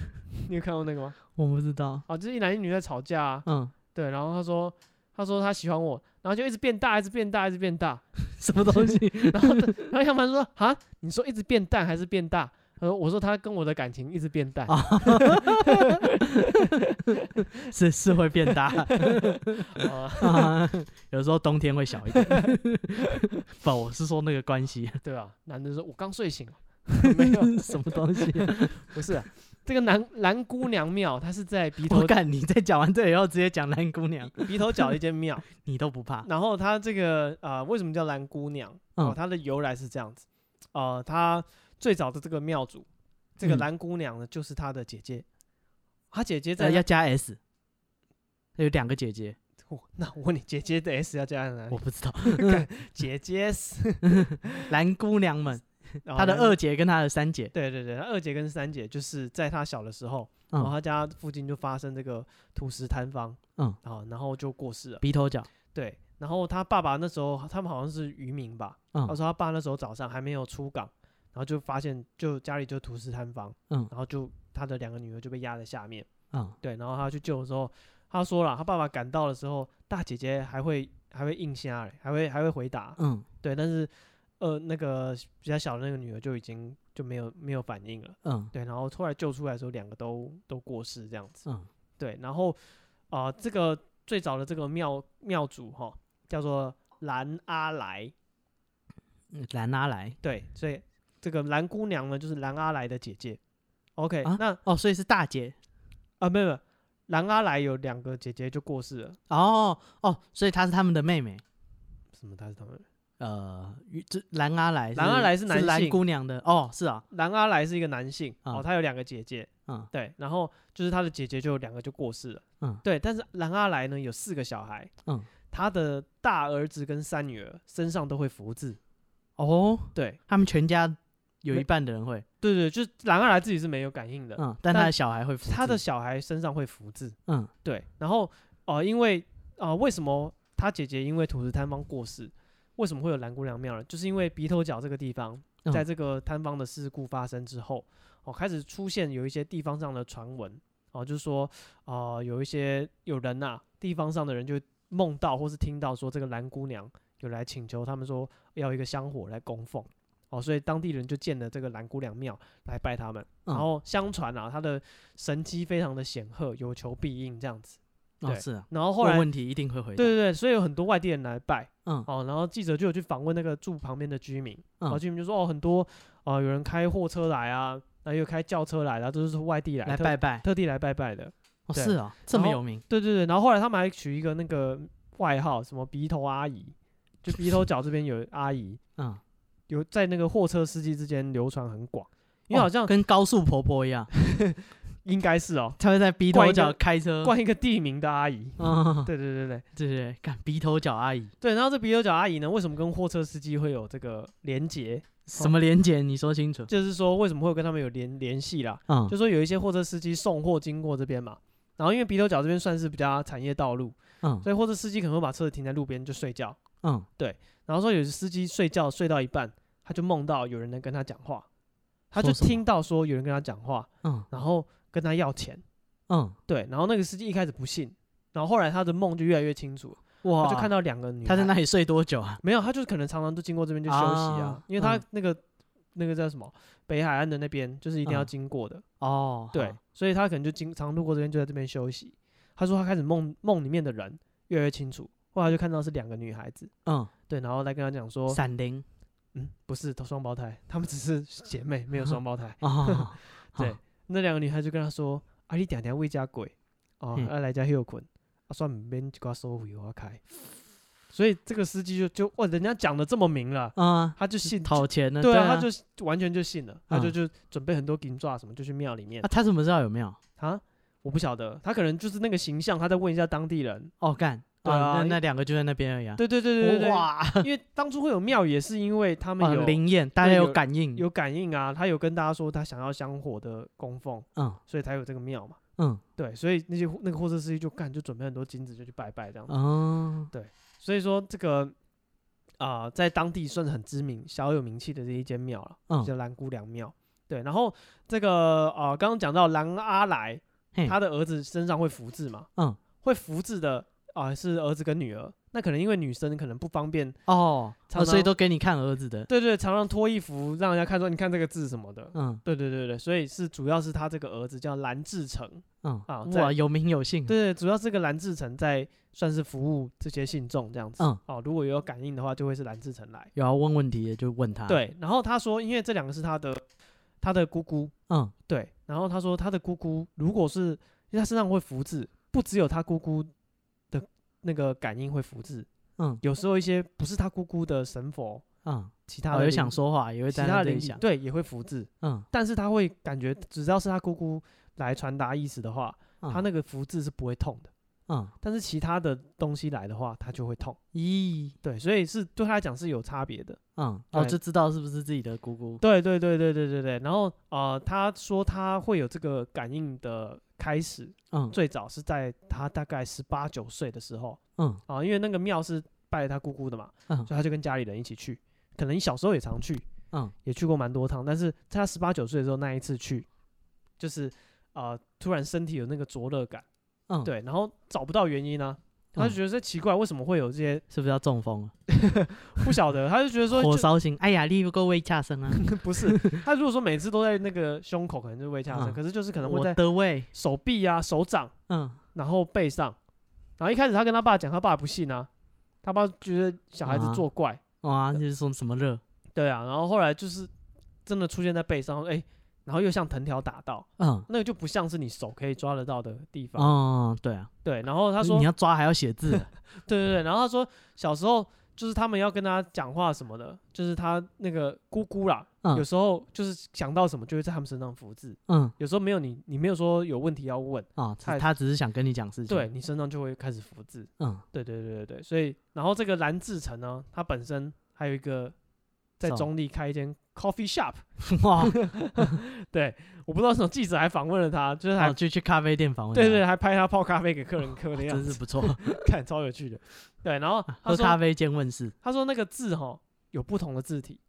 Speaker 1: 你有看过那个吗？
Speaker 2: <laughs> 我不知道，
Speaker 1: 哦，就是一男一女在吵架、啊，
Speaker 2: 嗯，
Speaker 1: 对，然后他说他说他喜欢我，然后就一直变大，一直变大，一直变大，
Speaker 2: 什么东 <laughs> 西？
Speaker 1: <laughs> 然后他然后杨凡说啊，你说一直变淡还是变大？他说我说他跟我的感情一直变淡。
Speaker 2: 啊是是会变 <laughs> 大、
Speaker 1: 啊
Speaker 2: 啊，有时候冬天会小一点。 <laughs> 不，我是说那个关系
Speaker 1: 对啊，男的说：“我刚睡
Speaker 2: <laughs>
Speaker 1: 醒。”没有，
Speaker 2: 什么东西。
Speaker 1: 不是啊、这个南蓝姑娘庙，它是在鼻
Speaker 2: 我
Speaker 1: 头
Speaker 2: 干， <laughs> 你在讲完这以后直接讲蓝姑娘，
Speaker 1: 鼻头角的一间
Speaker 2: <laughs>
Speaker 1: 庙。
Speaker 2: 你都不怕？
Speaker 1: 然后它这个啊、呃为什么叫蓝姑娘？哦
Speaker 2: 啊嗯，
Speaker 1: 它的由来是这样子。呃，它最早的这个庙主，这个
Speaker 2: 嗯
Speaker 1: 蓝姑娘呢，就是她的姐姐。她姐姐在
Speaker 2: 呃，要加 S，有两个姐姐，
Speaker 1: 哦那我问你，姐姐的 S 要加在哪
Speaker 2: 我
Speaker 1: 里？
Speaker 2: 不知道。
Speaker 1: 姐姐哦
Speaker 2: <laughs>
Speaker 1: 是
Speaker 2: 蓝姑娘们，
Speaker 1: 她
Speaker 2: 她的二，姐跟她的三姐，
Speaker 1: 对对对，她二姐跟三姐就是在她小的时候，然后
Speaker 2: 嗯，
Speaker 1: 她家附近就发生这个土石坍方，
Speaker 2: 嗯，
Speaker 1: 啊，然后就过世了。
Speaker 2: 鼻头角，
Speaker 1: 对，然后他爸爸那时候他们好像是渔民吧，他
Speaker 2: 嗯
Speaker 1: 说他爸那时候早上还没有出港，然后就发现就家里就土石坍方，
Speaker 2: 嗯
Speaker 1: 然后就他的两个女儿就被压在下面，
Speaker 2: 嗯，
Speaker 1: 对，然后他去救的时候，他说了，他爸爸赶到的时候，大姐姐还会还会应下来，还会还会回答，
Speaker 2: 嗯
Speaker 1: 对，但是呃那个比较小的那个女儿就已经就没有没有反应了，
Speaker 2: 嗯
Speaker 1: 对，然后后来救出来的时候，两个都都过世这样子。
Speaker 2: 嗯，
Speaker 1: 对，然后啊、呃这个最早的这个庙庙主哈、叫做兰阿来，
Speaker 2: 嗯蓝阿来，
Speaker 1: 对，所以这个兰姑娘呢就是兰阿来的姐姐。OK，、
Speaker 2: 啊
Speaker 1: 那
Speaker 2: 哦，所以是大姐，
Speaker 1: 啊没有没有，兰阿来有两个姐姐就过世了，
Speaker 2: 哦哦，所以她是他们的妹妹。
Speaker 1: 什么她是他们？
Speaker 2: 呃，这蓝阿来，
Speaker 1: 蓝阿来是男
Speaker 2: 蓝
Speaker 1: 性
Speaker 2: 姑娘的哦，是啊，
Speaker 1: 兰阿来是一个男性、哦，
Speaker 2: 啊
Speaker 1: 他有两个姐姐，
Speaker 2: 嗯
Speaker 1: 对，然后就是他的姐姐就有两个就过世了，
Speaker 2: 嗯
Speaker 1: 对，但是兰阿来呢有四个小孩，
Speaker 2: 嗯，
Speaker 1: 他的大儿子跟三女儿身上都会福字，
Speaker 2: 哦，
Speaker 1: 对
Speaker 2: 他们全家有
Speaker 1: 没
Speaker 2: 一半的人会，
Speaker 1: 对对，就是兰阿来自己是没有感应的，
Speaker 2: 嗯，但他的小孩会复制，
Speaker 1: 他的小孩身上会福字，
Speaker 2: 嗯
Speaker 1: 对。然后呃，因为呃，为什么他姐姐因为土石坍方过世？为什么会有蓝姑娘庙呢？就是因为鼻头角这个地方，
Speaker 2: 嗯
Speaker 1: 在这个坍方的事故发生之后，哦、开始出现有一些地方上的传闻，哦、就是说，呃，有一些有人呐、地方上的人就梦到或是听到说这个蓝姑娘有来请求他们说要一个香火来供奉，哦、所以当地人就建了这个蓝姑娘庙来拜他们。
Speaker 2: 嗯
Speaker 1: 然后相传啊，他的神机非常的显赫，有求必应这样子。
Speaker 2: 哦
Speaker 1: 对
Speaker 2: 是啊，
Speaker 1: 然后后
Speaker 2: 问
Speaker 1: 来，
Speaker 2: 问题一定会回
Speaker 1: 对
Speaker 2: 答，
Speaker 1: 对对，所以有很多外地人来拜
Speaker 2: 嗯
Speaker 1: 哦。然后记者就有去访问那个住旁边的居民，然后
Speaker 2: 嗯，
Speaker 1: 居民就说哦，很多啊、呃有人开货车来啊，然后有开轿车来的啊，都是外地来
Speaker 2: 来
Speaker 1: 特
Speaker 2: 拜拜，
Speaker 1: 特地来拜拜的。
Speaker 2: 哦
Speaker 1: 对
Speaker 2: 是啊，这么
Speaker 1: 然后
Speaker 2: 有名，
Speaker 1: 对对对，然后后来他们还取一个那个外号，什么鼻头阿姨，就鼻头角这边有阿姨，
Speaker 2: 嗯
Speaker 1: 有在那个货车司机之间流传很广，因为好像
Speaker 2: 哦跟高速婆婆一
Speaker 1: <laughs>
Speaker 2: 样，
Speaker 1: 应该是哦，
Speaker 2: 她会在鼻
Speaker 1: 冠
Speaker 2: 头
Speaker 1: 一个
Speaker 2: 角开车，
Speaker 1: 冠一个地名的阿姨。
Speaker 2: 嗯，
Speaker 1: 对对对对
Speaker 2: 对对对，干鼻头角阿姨，
Speaker 1: 对，然后这比尔角阿姨呢，为什么跟货车司机会有这个连结？
Speaker 2: 什
Speaker 1: 哦
Speaker 2: 么连结？你说清楚。
Speaker 1: 就是说为什么会有跟他们有联联系啦？
Speaker 2: 嗯，
Speaker 1: 就说有一些货车司机送货经过这边嘛，然后因为鼻头角这边算是比较产业道路，
Speaker 2: 嗯
Speaker 1: 所以货车司机可能会把车子停在路边就睡觉，
Speaker 2: 嗯，
Speaker 1: 然后说有司机睡觉睡到一半，他就梦到有人能跟他讲话，他就
Speaker 2: 说什么
Speaker 1: 听到说有人跟他讲话，
Speaker 2: 嗯
Speaker 1: 然后跟他要钱，
Speaker 2: 嗯，
Speaker 1: 对，然后那个司机一开始不信，然后后来他的梦就越来越清楚，
Speaker 2: 哇，
Speaker 1: 他就看到两个女孩，
Speaker 2: 他在那里睡多久啊？
Speaker 1: 没有，他就是可能常常都经过这边就休息啊
Speaker 2: 啊，
Speaker 1: 因为他
Speaker 2: 嗯
Speaker 1: 那个那个叫什么北海岸的那边就是一定要
Speaker 2: 嗯
Speaker 1: 经过的，
Speaker 2: 哦，
Speaker 1: 对
Speaker 2: 好，，
Speaker 1: 所以他可能就经常路过这边，就在这边休息。他说他开始梦梦里面的人越来越清楚，后来就看到是两个女孩子，对，然后来跟他讲说
Speaker 2: 嗯，，
Speaker 1: <laughs>
Speaker 2: 闪灵
Speaker 1: 嗯，不是，都双胞胎，她们只是姐妹，
Speaker 2: <laughs>
Speaker 1: 没有双胞胎。，
Speaker 2: 哦
Speaker 1: 对，那两个女孩就跟他说，啊，你定定为家鬼，哦，
Speaker 2: 嗯
Speaker 1: 啊来家休困，啊，算唔免一寡收回我开。 <laughs> 所以这个司机就就哇，人家讲的这么明了，
Speaker 2: 啊，
Speaker 1: 他就信，
Speaker 2: 讨钱呢？
Speaker 1: 对
Speaker 2: 啊，
Speaker 1: 啊，他就完全就信了，他就
Speaker 2: 嗯
Speaker 1: 就准备很多金抓什么，就去庙里面
Speaker 2: 啊，他怎么知道有没有？
Speaker 1: 啊，我不晓得，他可能就是那个形象，他在问一下当地人。
Speaker 2: 哦，干，
Speaker 1: 对啊
Speaker 2: 哦那
Speaker 1: 因
Speaker 2: 那两个就在那边而已啊。
Speaker 1: 对对对对对对，
Speaker 2: 哇，
Speaker 1: 因为当初会有庙，也是因为他们
Speaker 2: 啊
Speaker 1: 有、
Speaker 2: 灵验，大家有
Speaker 1: 有
Speaker 2: 感应，
Speaker 1: 有感应啊，他有跟大家说他想要香火的供奉，
Speaker 2: 嗯
Speaker 1: 所以才有这个庙嘛。
Speaker 2: 嗯
Speaker 1: 对，所以那些那个货车司机就干，就准备很多金子就去拜拜这样。
Speaker 2: 哦，
Speaker 1: 所以说这个啊、在当地算是很知名、小有名气的这一间庙了，
Speaker 2: 嗯
Speaker 1: 叫蓝姑娘庙。对，然后这个呃，刚刚讲到蓝阿来，
Speaker 2: 嘿
Speaker 1: 他的儿子身上会福字嘛？
Speaker 2: 嗯，
Speaker 1: 会福字的啊、是儿子跟女儿。那可能因为女生可能不方便，
Speaker 2: 哦，
Speaker 1: 常
Speaker 2: 哦所以
Speaker 1: 常
Speaker 2: 都给你看儿子的，
Speaker 1: 对对，常常脱衣服让人家看说你看这个字什么的。
Speaker 2: 嗯
Speaker 1: 对对对对，所以是主要是他这个儿子叫蓝志成，
Speaker 2: 嗯
Speaker 1: 啊在
Speaker 2: 哇，有名有姓，
Speaker 1: 对对，主要是个蓝志成在算是服务这些信众这样子。
Speaker 2: 嗯，
Speaker 1: 哦，如果有感应的话，就会是蓝志成来。
Speaker 2: 有要问问题的就问他，，
Speaker 1: 对，然后他说，因为这两个是他的他的姑姑，
Speaker 2: 嗯
Speaker 1: 对，然后他说他的姑姑如果是因为他身上会福字，不只有他姑姑的那个感应会福字，
Speaker 2: 嗯
Speaker 1: 有时候一些不是他姑姑的神佛，
Speaker 2: 嗯，
Speaker 1: 其他的
Speaker 2: 哦有
Speaker 1: 灵
Speaker 2: 想说话，也会
Speaker 1: 其
Speaker 2: 在
Speaker 1: 他
Speaker 2: 那
Speaker 1: 的灵
Speaker 2: 边
Speaker 1: 体
Speaker 2: 想，
Speaker 1: 对也会福字，
Speaker 2: 嗯，
Speaker 1: 但是他会感觉只要是他姑姑来传达意思的话，他
Speaker 2: 嗯
Speaker 1: 那个福字是不会痛的，
Speaker 2: 嗯
Speaker 1: 但是其他的东西来的话，他就会痛。
Speaker 2: 咦
Speaker 1: 对，所以是对他来讲是有差别的。
Speaker 2: 嗯，哦
Speaker 1: 对
Speaker 2: 就知道是不是自己的姑姑，
Speaker 1: 对对对对对对对。然后呃，他说他会有这个感应的开始，
Speaker 2: 嗯
Speaker 1: 最早是在他大概十八九岁的时候
Speaker 2: 嗯
Speaker 1: 啊、因为那个庙是拜他姑姑的嘛，
Speaker 2: 嗯
Speaker 1: 所以他就跟家里人一起去。可能小时候也常去，
Speaker 2: 嗯
Speaker 1: 也去过蛮多趟，但是在他十八九岁的时候那一次去，就是呃，突然身体有那个灼热感，
Speaker 2: 嗯，，
Speaker 1: 对，然后找不到原因呢、他就
Speaker 2: 嗯
Speaker 1: 觉得这奇怪，为什么会有这些？
Speaker 2: 是不是要中风了？
Speaker 1: 不晓
Speaker 2: <laughs>
Speaker 1: 得，他就觉得说就，
Speaker 2: 火烧心，哎呀，你不够为恰生啊，
Speaker 1: <laughs> 不是他如果说每次都在那个胸口，可能就胃下身，
Speaker 2: 嗯
Speaker 1: 可是就是 <laughs> 可能会
Speaker 2: 我
Speaker 1: 在
Speaker 2: 的
Speaker 1: <laughs>
Speaker 2: 胃，
Speaker 1: 手臂啊、手掌，
Speaker 2: 嗯
Speaker 1: 然后背上。然后一开始他跟他爸讲，他爸不信啊，他爸觉得小孩子
Speaker 2: 啊
Speaker 1: 作怪，呃
Speaker 2: 哇，就是说什么热，
Speaker 1: 对啊。然后后来就是真的出现在背上，哎，然后又像藤条打到，
Speaker 2: 嗯
Speaker 1: 那个就不像是你手可以抓得到的地方。
Speaker 2: 哦，对啊，
Speaker 1: 对，然后他说
Speaker 2: 你，要抓还要写
Speaker 1: <laughs>
Speaker 2: 字，
Speaker 1: 对对对，然后他说小时候就是他们要跟他讲话什么的，就是他那个姑姑啦，
Speaker 2: 嗯
Speaker 1: 有时候就是想到什么就会在他们身上复制，
Speaker 2: 嗯
Speaker 1: 有时候没有你，你没有说有问题要问，
Speaker 2: 啊，只
Speaker 1: 太
Speaker 2: 他只是想跟你讲事情，
Speaker 1: 对，你身上就会开始复制。
Speaker 2: 嗯，
Speaker 1: 对对对对对，所以然后这个蓝志成呢，他本身还有一个在
Speaker 2: 什么
Speaker 1: 中立开一间 coffee shop， <laughs>
Speaker 2: 哇，
Speaker 1: 对，我不知道为什么记者还访问了他，就是还、
Speaker 2: 哦就去咖啡店访问，
Speaker 1: 对对，，还拍他泡咖啡给客人喝的样
Speaker 2: 哦真
Speaker 1: 子，
Speaker 2: 是不错，
Speaker 1: 看超有趣的。对，然后 <laughs> 他
Speaker 2: 喝咖
Speaker 1: 说
Speaker 2: 啡见问世，
Speaker 1: 他说那个字哈有不同的字体，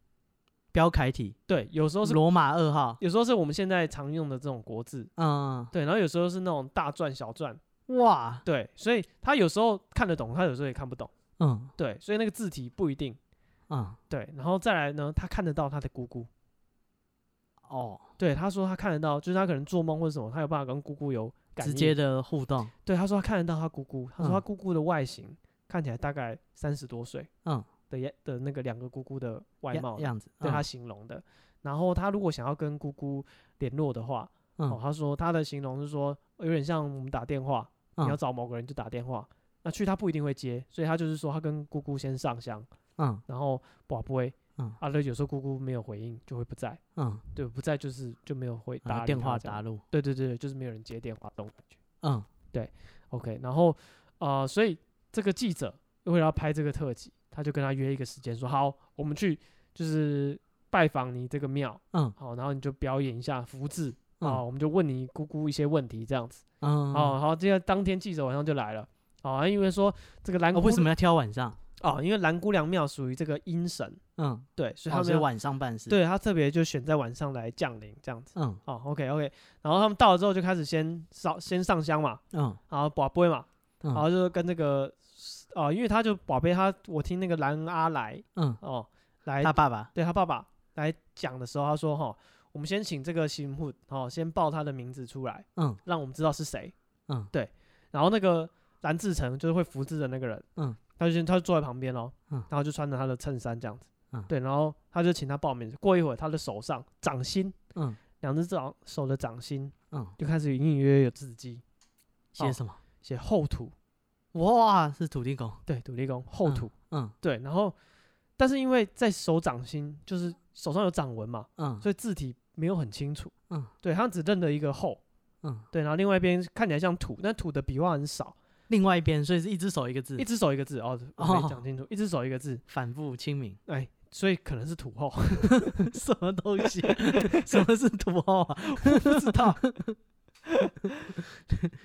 Speaker 2: 标楷体，
Speaker 1: 对，有时候是
Speaker 2: 罗马二号，
Speaker 1: 有时候是我们现在常用的这种国字，
Speaker 2: 嗯，
Speaker 1: 对，然后有时候是那种大篆小篆，
Speaker 2: 哇，
Speaker 1: 对，所以他有时候看得懂，他有时候也看不懂，
Speaker 2: 嗯
Speaker 1: 对，所以那个字体不一定。
Speaker 2: 嗯，
Speaker 1: 对，然后再来呢，他看得到他的姑姑。
Speaker 2: 哦，
Speaker 1: 对，他说他看得到，就是他可能做梦或者什么，他有办法跟姑姑有感
Speaker 2: 直
Speaker 1: 应
Speaker 2: 接。的互动，
Speaker 1: 对，他说他看得到他姑姑，他说他
Speaker 2: 嗯
Speaker 1: 姑姑的外形、看起来大概三十多岁，
Speaker 2: 嗯，
Speaker 1: 的样的那个两个姑姑的外
Speaker 2: 样
Speaker 1: 貌，
Speaker 2: 样子，
Speaker 1: 对他
Speaker 2: 嗯
Speaker 1: 形容的。然后他如果想要跟姑姑联络的话，哦，
Speaker 2: 嗯
Speaker 1: 他说他的形容是说有点像我们打电话，你要
Speaker 2: 嗯
Speaker 1: 找某个人就打电话，那去他不一定会接，所以他就是说他跟姑姑先上香，
Speaker 2: 嗯
Speaker 1: 然后宝贝，
Speaker 2: 嗯
Speaker 1: 啊，那有时候姑姑没有回应，就会不在，
Speaker 2: 嗯，
Speaker 1: 对，不在就是就没有回
Speaker 2: 然
Speaker 1: 打
Speaker 2: 后啊电
Speaker 1: 理
Speaker 2: 话
Speaker 1: 她这样
Speaker 2: 打入，
Speaker 1: 对对对，就是没有人接电话，懂？
Speaker 2: 嗯
Speaker 1: OK，然后呃，所以这个记者为了要拍这个特辑，他就跟他约一个时间，说好，我们去就是拜访你这个庙，
Speaker 2: 嗯
Speaker 1: 好，然后你就表演一下福字，
Speaker 2: 嗯
Speaker 1: 啊，我们就问你姑姑一些问题这样子，
Speaker 2: 嗯，
Speaker 1: 哦，好，这个当天记者晚上就来了，啊，因为说这个兰
Speaker 2: 哦，
Speaker 1: 姑、
Speaker 2: 为什么要挑晚上？
Speaker 1: 哦，因为兰姑娘庙属于这个阴神，
Speaker 2: 嗯，
Speaker 1: 对，所以
Speaker 2: 哦
Speaker 1: 他们
Speaker 2: 是
Speaker 1: 要、
Speaker 2: 晚上办事，，
Speaker 1: 对他特别就选在晚上来降临这样子，
Speaker 2: 嗯
Speaker 1: 哦，OK OK，然后他们到了之后就开始先烧先上香嘛，
Speaker 2: 嗯
Speaker 1: 然后把啊杯嘛。
Speaker 2: 嗯，
Speaker 1: 然后就跟那个呃，因为他就宝贝他，我听那个兰阿来
Speaker 2: 嗯，
Speaker 1: 哦来
Speaker 2: 他爸爸，
Speaker 1: 对他爸爸来讲的时候，他说哈，我们先请这个新户哦先报他的名字出来，
Speaker 2: 嗯
Speaker 1: 让我们知道是谁。
Speaker 2: 嗯
Speaker 1: 然后那个蓝志成就是会福字的那个人，
Speaker 2: 嗯，
Speaker 1: 他就先他就坐在旁边哦，
Speaker 2: 嗯
Speaker 1: 然后就穿着他的衬衫这样子，
Speaker 2: 嗯
Speaker 1: 对，然后他就请他报名。过一会儿，他的手上掌心
Speaker 2: 嗯
Speaker 1: 两只掌手的掌心
Speaker 2: 嗯，
Speaker 1: 就开始隐隐约约有字迹，
Speaker 2: 写什么？
Speaker 1: 写后土，
Speaker 2: 哇，是土地公，
Speaker 1: 对，土地公后土。
Speaker 2: 嗯
Speaker 1: 对，然后但是因为在手掌心，就是手上有掌纹嘛，
Speaker 2: 嗯
Speaker 1: 所以字体没有很清楚。
Speaker 2: 嗯，
Speaker 1: 对，他只认得一个后，
Speaker 2: 嗯，
Speaker 1: 对，然后另外一边看起来像土，但土的笔画很少，
Speaker 2: 另外一边，所以是一只手一个字
Speaker 1: 一，只手一个字哦，我没讲清楚，一只手一个字，
Speaker 2: 反复清 <laughs> 明，
Speaker 1: 哎，所以可能是土后，
Speaker 2: 什么东西？ <laughs> 什么是土豪啊？
Speaker 1: 不知
Speaker 2: <laughs>
Speaker 1: 道，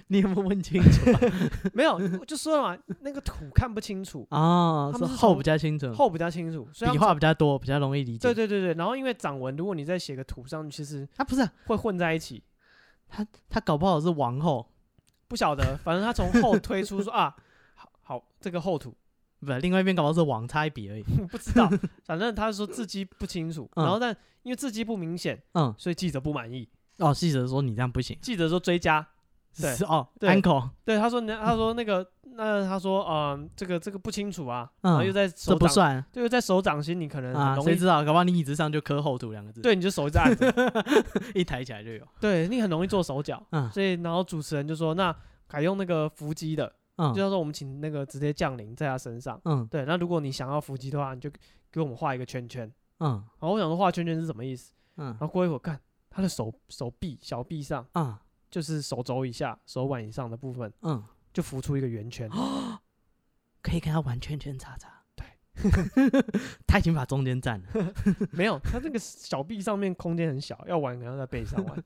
Speaker 2: 你有没有问清楚
Speaker 1: <laughs> 没有，我就说了嘛，那个土看不清楚，
Speaker 2: 啊？哦，
Speaker 1: 他
Speaker 2: 是
Speaker 1: 们是
Speaker 2: 后
Speaker 1: 从
Speaker 2: 比较清楚，
Speaker 1: 后比较清楚，所以他
Speaker 2: 笔
Speaker 1: 们
Speaker 2: 画比较多，比较容易理解。
Speaker 1: 对，对对对，然后因为掌纹，如果你再写个土上去，其实
Speaker 2: 他不是啊
Speaker 1: 会混在一起，
Speaker 2: 他，他搞不好是王后，
Speaker 1: 不晓得，反正他从后推出说 <laughs> 啊，好好这个后土，
Speaker 2: 不，另外一边搞不好是王，差一笔而已。
Speaker 1: 我不知道， <laughs> 反正他说字迹不清楚，
Speaker 2: 嗯
Speaker 1: 然后但因为字迹不明显，
Speaker 2: 嗯，
Speaker 1: 所以记者不满意。
Speaker 2: 哦，记者说你这样不行。
Speaker 1: 记者说追加，对
Speaker 2: 是哦
Speaker 1: 对
Speaker 2: ，uncle，
Speaker 1: 对他说那他说那个那他说嗯、呃这个这个不清楚啊，
Speaker 2: 嗯
Speaker 1: 然后又在手
Speaker 2: 这不
Speaker 1: 掌，
Speaker 2: 算
Speaker 1: 对，又在手掌心，你可能
Speaker 2: 啊，
Speaker 1: 很容
Speaker 2: 谁
Speaker 1: 易，
Speaker 2: 知道？搞不好你椅子上就刻“后土”两个字，，
Speaker 1: 对，你就手一直按着，
Speaker 2: <laughs> 一抬起来就有。
Speaker 1: 对你很容易做手脚，
Speaker 2: 嗯
Speaker 1: 所以然后主持人就说那改用那个伏击的，
Speaker 2: 嗯
Speaker 1: 就他说我们请那个直接降临在他身上，
Speaker 2: 嗯
Speaker 1: 对，那如果你想要伏击的话，你就给我们画一个圈圈，
Speaker 2: 嗯
Speaker 1: 然后我想说画圈圈是什么意思，
Speaker 2: 嗯
Speaker 1: 然后过一会儿看他的手手臂小臂上。
Speaker 2: 嗯
Speaker 1: 就是手肘以下、手腕以上的部分，
Speaker 2: 嗯，
Speaker 1: 就浮出一个圆圈。
Speaker 2: 哦可以跟他玩圈圈叉叉。
Speaker 1: 对，
Speaker 2: <laughs> 他已经把中间占 <laughs> 了。
Speaker 1: <laughs> 没有，他这个小臂上面空间很小，要玩可能要在背上
Speaker 2: <laughs>
Speaker 1: 玩。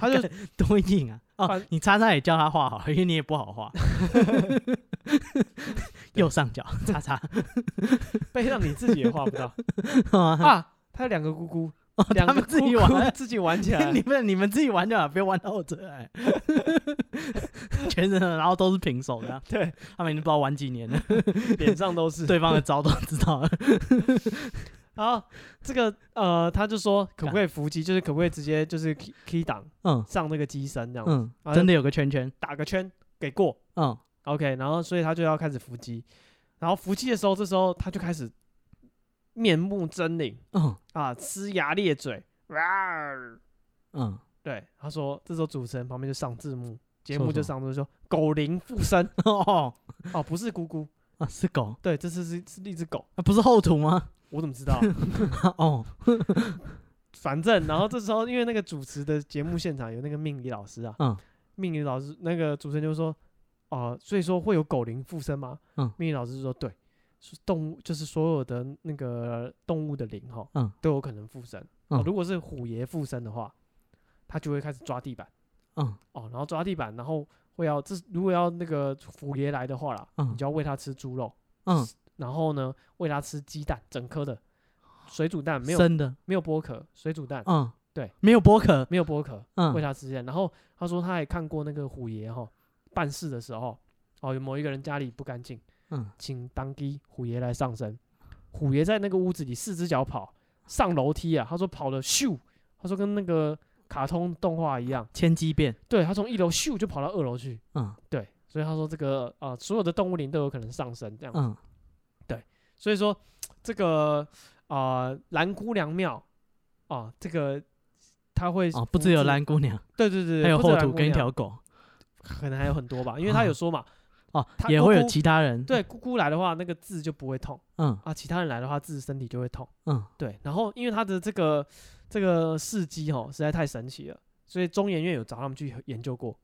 Speaker 1: 他就
Speaker 2: 多硬啊！哦
Speaker 1: 反，
Speaker 2: 你叉叉也叫他画好，因为你也不好 <laughs> 画。右上角叉 <laughs> 叉，
Speaker 1: 背上你自己也画不
Speaker 2: <laughs>
Speaker 1: 到
Speaker 2: 哦
Speaker 1: 啊！他有两个姑姑，两
Speaker 2: 他
Speaker 1: 个
Speaker 2: 们自己
Speaker 1: 姑姑 <laughs>，
Speaker 2: 玩
Speaker 1: 自己玩起来
Speaker 2: <laughs> 你。们你们自己玩就好，别玩到我 <laughs> 这来。全身的，然后都是平手的啊，
Speaker 1: 对，
Speaker 2: 他们已经不知道玩几 <laughs> 年了，
Speaker 1: 脸上都是。
Speaker 2: 对方的招都知道了。
Speaker 1: 然后这个呃，他就说可不可以伏击，就是可不可以直接就是 key key 档
Speaker 2: 嗯
Speaker 1: 上那个机身这样，
Speaker 2: 嗯，真的有个圈圈。
Speaker 1: 打个圈给过。
Speaker 2: 嗯
Speaker 1: OK，然后所以他就要开始伏击，然后伏击的时候，这时候他就开始面目狰狞。
Speaker 2: 嗯
Speaker 1: 啊，呲牙咧嘴，哇儿！
Speaker 2: 嗯，
Speaker 1: 对，他说，这时候主持人旁边就上字幕，节
Speaker 2: 说
Speaker 1: 目就
Speaker 2: 什
Speaker 1: 上字幕说狗灵附身，
Speaker 2: <laughs> 哦
Speaker 1: 哦，不是姑姑，
Speaker 2: 啊，是狗，
Speaker 1: 对，这是是是一只狗，
Speaker 2: 啊不是后土吗？
Speaker 1: 我怎么知道啊？
Speaker 2: <laughs> 哦，
Speaker 1: 反正，然后这时候因为那个主持的节目现场有那个命理老师啊，
Speaker 2: 嗯
Speaker 1: 命理老师那个主持人就说，哦、所以说会有狗灵附身吗？
Speaker 2: 嗯
Speaker 1: 命理老师就说对。是动物，就是所有的那个动物的灵哈，
Speaker 2: 嗯
Speaker 1: 都有可能附身。
Speaker 2: 嗯
Speaker 1: 哦如果是虎爷附身的话，他就会开始抓地板。
Speaker 2: 嗯
Speaker 1: 哦，然后抓地板，然后会要这如果要那个虎爷来的话啦，
Speaker 2: 嗯
Speaker 1: 你就要喂它吃猪肉，
Speaker 2: 嗯，
Speaker 1: 然后呢喂它吃鸡蛋，整颗的水煮蛋，没有
Speaker 2: 真的，
Speaker 1: 没有剥壳，水煮蛋、
Speaker 2: 嗯，
Speaker 1: 对，
Speaker 2: 没有剥壳，
Speaker 1: 没有剥壳，
Speaker 2: 嗯
Speaker 1: 喂它吃鸡蛋。然后他说他也看过那个虎爷哈办事的时候，哦有某一个人家里不干净，
Speaker 2: 嗯
Speaker 1: 请当地虎爷来上身，虎爷在那个屋子里四只脚跑上楼梯啊，他说跑了咻，他说跟那个卡通动画一样，
Speaker 2: 千机变，
Speaker 1: 对他从一楼咻就跑到二楼去。
Speaker 2: 嗯
Speaker 1: 对，所以他说这个啊、呃所有的动物灵都有可能上升这样。
Speaker 2: 嗯
Speaker 1: 所以说这个啊、呃蓝姑娘庙啊、这个它会
Speaker 2: 哦，不
Speaker 1: 扶
Speaker 2: 只有
Speaker 1: 植，
Speaker 2: 蓝姑娘，
Speaker 1: 对对对，
Speaker 2: 还有
Speaker 1: 不只
Speaker 2: 后
Speaker 1: 蓝
Speaker 2: 土
Speaker 1: 姑
Speaker 2: 跟一啊
Speaker 1: 娘
Speaker 2: 条狗，
Speaker 1: 可能还有很多吧，因为他有说嘛，
Speaker 2: 哦，
Speaker 1: 他
Speaker 2: 也
Speaker 1: 姑
Speaker 2: 会有
Speaker 1: 姑
Speaker 2: 其他人，，
Speaker 1: 对，姑姑来的话，那个字就不会痛
Speaker 2: 嗯
Speaker 1: 啊；其他人来的话，字身体就会痛。
Speaker 2: 嗯，
Speaker 1: 对，然后因为他的这个这个事迹哦，实在太神奇了，所以中研院有找他们去研究过，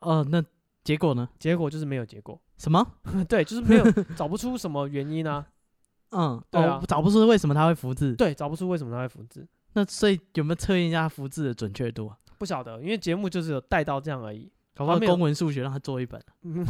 Speaker 2: 哦，那结果呢？
Speaker 1: 结果就是没有结果。 <laughs>
Speaker 2: 什么？
Speaker 1: 对，就是没有
Speaker 2: <laughs>
Speaker 1: 找不出什么原因啊。
Speaker 2: 嗯，
Speaker 1: 对
Speaker 2: 哦
Speaker 1: 啊
Speaker 2: 找不出为什么他会复制，
Speaker 1: 对，找不出为什么他会复制，
Speaker 2: 那所以有没有测验一下他复制的准确度啊？
Speaker 1: 不晓得，因为节目就是有带到这样而已。
Speaker 2: 搞不好
Speaker 1: 他没有
Speaker 2: 啊公文数学让他做一本，啊
Speaker 1: 嗯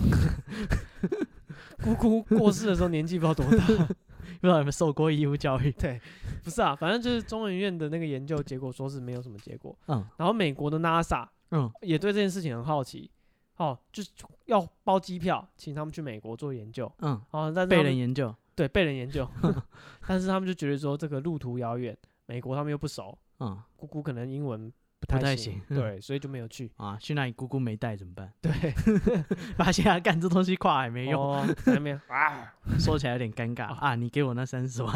Speaker 1: 姑姑过世的时候年纪不知道多大， <laughs>
Speaker 2: 不知道有没有受过义务教育？
Speaker 1: 对，不是啊，反正就是中研院的那个研究结果说是没有什么结果。
Speaker 2: 嗯
Speaker 1: 然后美国的 NASA
Speaker 2: 嗯
Speaker 1: 也对这件事情很好奇，哦，就是要包机票请他们去美国做研究，
Speaker 2: 嗯，
Speaker 1: 哦，但是
Speaker 2: 被
Speaker 1: 他们
Speaker 2: 人研究，
Speaker 1: 对被人研
Speaker 2: <laughs>
Speaker 1: 究， <laughs> 但是他们就觉得说这个路途遥远，美国他们又不熟，
Speaker 2: 嗯
Speaker 1: 姑姑可能英文不
Speaker 2: 不太
Speaker 1: 行
Speaker 2: 行，
Speaker 1: 对，所以就没有去。
Speaker 2: 啊，去那里姑姑没带怎么办？
Speaker 1: 对，
Speaker 2: <laughs> 发现他干这东西跨海没用，
Speaker 1: 哦，在那边啊，
Speaker 2: 说起来有点尴尬啊！你给我那三十万，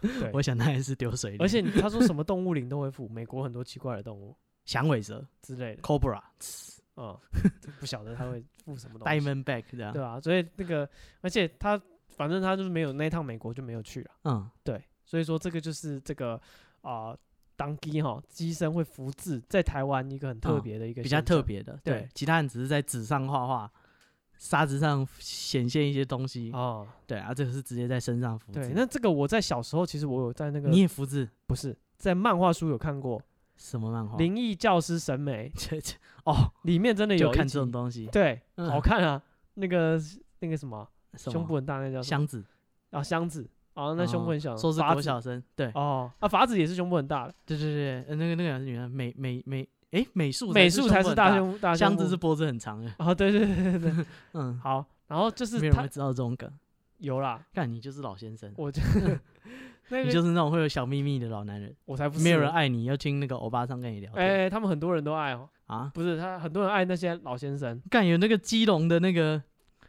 Speaker 1: 对
Speaker 2: <laughs> 我想那也是丢水里。
Speaker 1: 而且他说什么动物灵都会
Speaker 2: <laughs>
Speaker 1: 附，美国很多奇怪的动物
Speaker 2: 响尾蛇
Speaker 1: 之类的，
Speaker 2: （Cobra）、 <laughs>
Speaker 1: 嗯，这不晓得他会附什么东西，
Speaker 2: Diamondback 这样
Speaker 1: 对，啊，所以那个，而且他反正他就是没有那一趟美国就没有去了。
Speaker 2: 嗯
Speaker 1: 对，所以说这个就是这个啊、当机哈机身会复制在台湾一个很特
Speaker 2: 嗯
Speaker 1: 别的一个、
Speaker 2: 比较特。别的，对
Speaker 1: 对，
Speaker 2: 其他人只是在纸上画画，沙子上显现一些东西，
Speaker 1: 哦，
Speaker 2: 对啊，这个是直接在身上复
Speaker 1: 对，
Speaker 2: 制。
Speaker 1: 那这个我在小时候其实我有在那个
Speaker 2: 你也复制
Speaker 1: 不是在漫画书有看过
Speaker 2: 什么漫画？
Speaker 1: 《灵异教师审美
Speaker 2: 这这 <laughs> 哦，》，
Speaker 1: 里面真的
Speaker 2: 就
Speaker 1: 有
Speaker 2: 看
Speaker 1: 一
Speaker 2: 这种
Speaker 1: 集
Speaker 2: 东西，
Speaker 1: 对，
Speaker 2: 嗯
Speaker 1: 好看啊，那个那个什么
Speaker 2: 什么
Speaker 1: 胸部很大，那叫什么
Speaker 2: 箱子，
Speaker 1: 啊箱子啊，那胸部
Speaker 2: 哦
Speaker 1: 很小，
Speaker 2: 说是
Speaker 1: 法
Speaker 2: 国
Speaker 1: 子
Speaker 2: 小生，对，
Speaker 1: 哦啊，法子也是胸部很大的，
Speaker 2: 对对对，呃那个那个女人美美美，哎，美术
Speaker 1: 美术才是
Speaker 2: 胸部很
Speaker 1: 大胸大胸
Speaker 2: 箱子
Speaker 1: 部
Speaker 2: 是脖子很长的，
Speaker 1: 啊，对对
Speaker 2: <laughs>
Speaker 1: 对对对，
Speaker 2: 嗯，
Speaker 1: 好，然后就是
Speaker 2: 没有人
Speaker 1: 他
Speaker 2: 会知道这种梗。
Speaker 1: 有啦，
Speaker 2: 干，你就是老先生，
Speaker 1: 我
Speaker 2: <laughs>
Speaker 1: 就 <laughs> 那
Speaker 2: 你
Speaker 1: 个
Speaker 2: 就是那种会有小秘密的老男人，
Speaker 1: 我才不是
Speaker 2: 没有
Speaker 1: 呢
Speaker 2: 人爱你，要听那个欧巴桑跟你聊天
Speaker 1: 哎、他们很多人都爱哦，
Speaker 2: 啊。
Speaker 1: 不是他很多人爱那些老先生，
Speaker 2: 干有那个基隆的那个，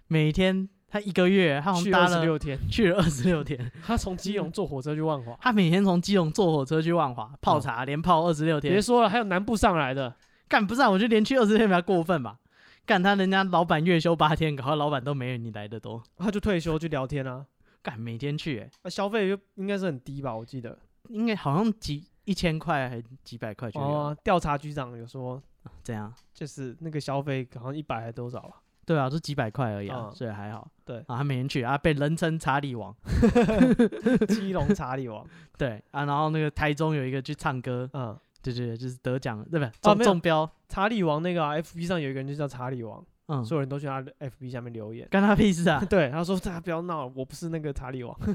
Speaker 2: 每天他一个月他好像
Speaker 1: 去
Speaker 2: 搭
Speaker 1: 二十
Speaker 2: 了
Speaker 1: 六天， <laughs>
Speaker 2: 去了二十六天，
Speaker 1: 他从基隆坐火车去万华， <laughs>
Speaker 2: 他每天从基隆坐火车去万华泡
Speaker 1: 嗯
Speaker 2: 茶，连泡二十六
Speaker 1: 别
Speaker 2: 天。
Speaker 1: 说了，还有南部上来的，
Speaker 2: 干不是啊，我就连去二十天比较过分吧。干他人家老板月休八天，搞到老板都没有你来的多。
Speaker 1: 他就退休去聊天啊，
Speaker 2: 干每天去、欸，
Speaker 1: 那消费又应该是很低吧，我记得。
Speaker 2: 应该好像几一千块还几百块就有，
Speaker 1: 哦，调查局长有说，
Speaker 2: 这样。
Speaker 1: 就是那个消费好像一百还多少吧， <laughs>
Speaker 2: 对啊，就几百块而已啊，
Speaker 1: 嗯
Speaker 2: 所以还好。
Speaker 1: 对
Speaker 2: 啊，他每天去啊，被人称查
Speaker 1: <laughs>
Speaker 2: 理王。
Speaker 1: 基隆查理王， <laughs>
Speaker 2: 对啊，然后那个台中有一个去唱歌，
Speaker 1: 嗯，
Speaker 2: 对对对，就是得奖，对不对？中
Speaker 1: 哦没有
Speaker 2: 中标，
Speaker 1: 查理王那个、啊、FB 上有一个人就叫查理王，
Speaker 2: 嗯，
Speaker 1: 所有人都去他的 FB 下面留言。！
Speaker 2: 干他屁事啊
Speaker 1: <laughs> 对，他说：“大家不要闹了，我不是那个查理王， <laughs>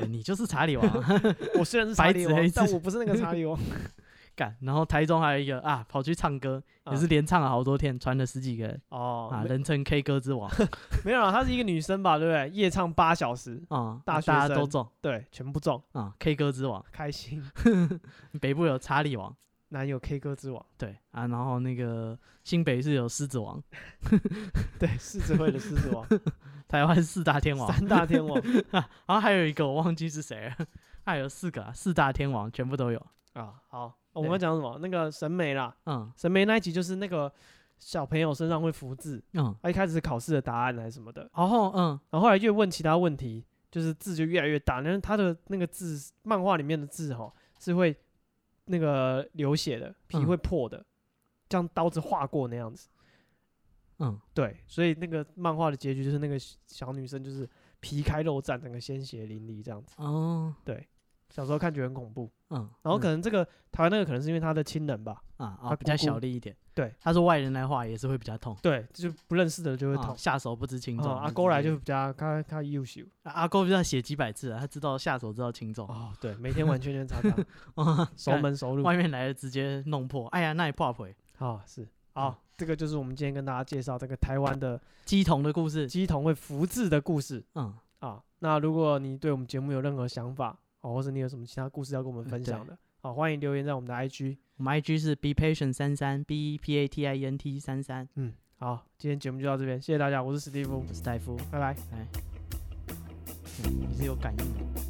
Speaker 2: 哎你就是查理王啊 <laughs>
Speaker 1: 我虽然是查
Speaker 2: 白
Speaker 1: 理
Speaker 2: 纸
Speaker 1: 王
Speaker 2: 黑，
Speaker 1: 但
Speaker 2: 字
Speaker 1: 我不是那个查理王。 <laughs>
Speaker 2: 干。然后台中还有一个啊，跑去唱歌，也是
Speaker 1: 啊
Speaker 2: 连唱了好多天，传了十几个人”
Speaker 1: 哦，
Speaker 2: 啊，
Speaker 1: 没
Speaker 2: 人称 K 歌
Speaker 1: <laughs>
Speaker 2: 之王
Speaker 1: 没有啦，她是一个女生吧，对不对？夜唱八小时，
Speaker 2: 啊，
Speaker 1: 大
Speaker 2: 大
Speaker 1: 学
Speaker 2: 家都
Speaker 1: 生
Speaker 2: 中
Speaker 1: 对，全部中，
Speaker 2: 啊，K 歌之王。
Speaker 1: 开
Speaker 2: <laughs>
Speaker 1: 心。
Speaker 2: 北部有查理王，
Speaker 1: 男友 K 歌之王，
Speaker 2: 对啊，然后那个新北是有狮子王，
Speaker 1: 对，狮子会的狮子王，
Speaker 2: 台湾四大天王，
Speaker 1: 三大天王
Speaker 2: <laughs> 然后还有一个我忘记是谁了，还有四个啊四大天王全部都有。
Speaker 1: 啊。好，哦我们要讲什么？那个审美啦，
Speaker 2: 嗯
Speaker 1: 审美那一集就是那个小朋友身上会复制，啊
Speaker 2: 嗯，
Speaker 1: 他一开始是考试的答案还是什么的，
Speaker 2: 然后嗯
Speaker 1: 然后后来越问其他问题，就是字就越来越大，但是他的那个字，漫画里面的字哈是会那个流血的，皮
Speaker 2: 嗯
Speaker 1: 会破的，像刀子划过那样子。
Speaker 2: 嗯，
Speaker 1: 对，所以那个漫画的结局就是那个小小女生就是皮开肉绽，整个鲜血淋漓这样子。
Speaker 2: 哦
Speaker 1: 小时候看觉得很恐怖，
Speaker 2: 嗯，
Speaker 1: 然后
Speaker 2: 嗯
Speaker 1: 可能这个、台湾那个可能是因为他的亲人吧，
Speaker 2: 啊
Speaker 1: 他
Speaker 2: 啊比较
Speaker 1: 姑姑
Speaker 2: 小力一点，
Speaker 1: 对，
Speaker 2: 他说外人来画也是会比较痛，
Speaker 1: 对，就不认识的就会
Speaker 2: 啊
Speaker 1: 痛。
Speaker 2: 下手不知轻重。
Speaker 1: 啊阿
Speaker 2: 之
Speaker 1: 勾来
Speaker 2: 类
Speaker 1: 就
Speaker 2: 的
Speaker 1: 比较他他优秀
Speaker 2: 啊阿勾就要写几百字啊，他知道下手知道轻重，
Speaker 1: 哦，对，每天玩圈圈叉
Speaker 2: <laughs>
Speaker 1: 叉，
Speaker 2: 啊
Speaker 1: 哦熟
Speaker 2: 干
Speaker 1: 门熟路
Speaker 2: 外面来的直接弄破，哎呀那也破腿。
Speaker 1: 啊，
Speaker 2: 嗯
Speaker 1: 是好，这个就是我们今天跟大家介绍这个台湾的
Speaker 2: 鸡童的故事，
Speaker 1: 鸡童会福字的故事
Speaker 2: 嗯，
Speaker 1: 啊。那如果你对我们节目有任何想法，哦，或者你有什么其他故事要跟我们
Speaker 2: 嗯
Speaker 1: 分
Speaker 2: 对
Speaker 1: 享的，好，欢迎留言在我们的 IG。
Speaker 2: 我们 IG 是 be patient 三三 b e p a t i e n t 三三，
Speaker 1: 嗯，好，今天节目就到这边，谢谢大家，我是史蒂夫
Speaker 2: 我，是戴夫，
Speaker 1: 拜拜。
Speaker 2: 哎，嗯你是有感应的。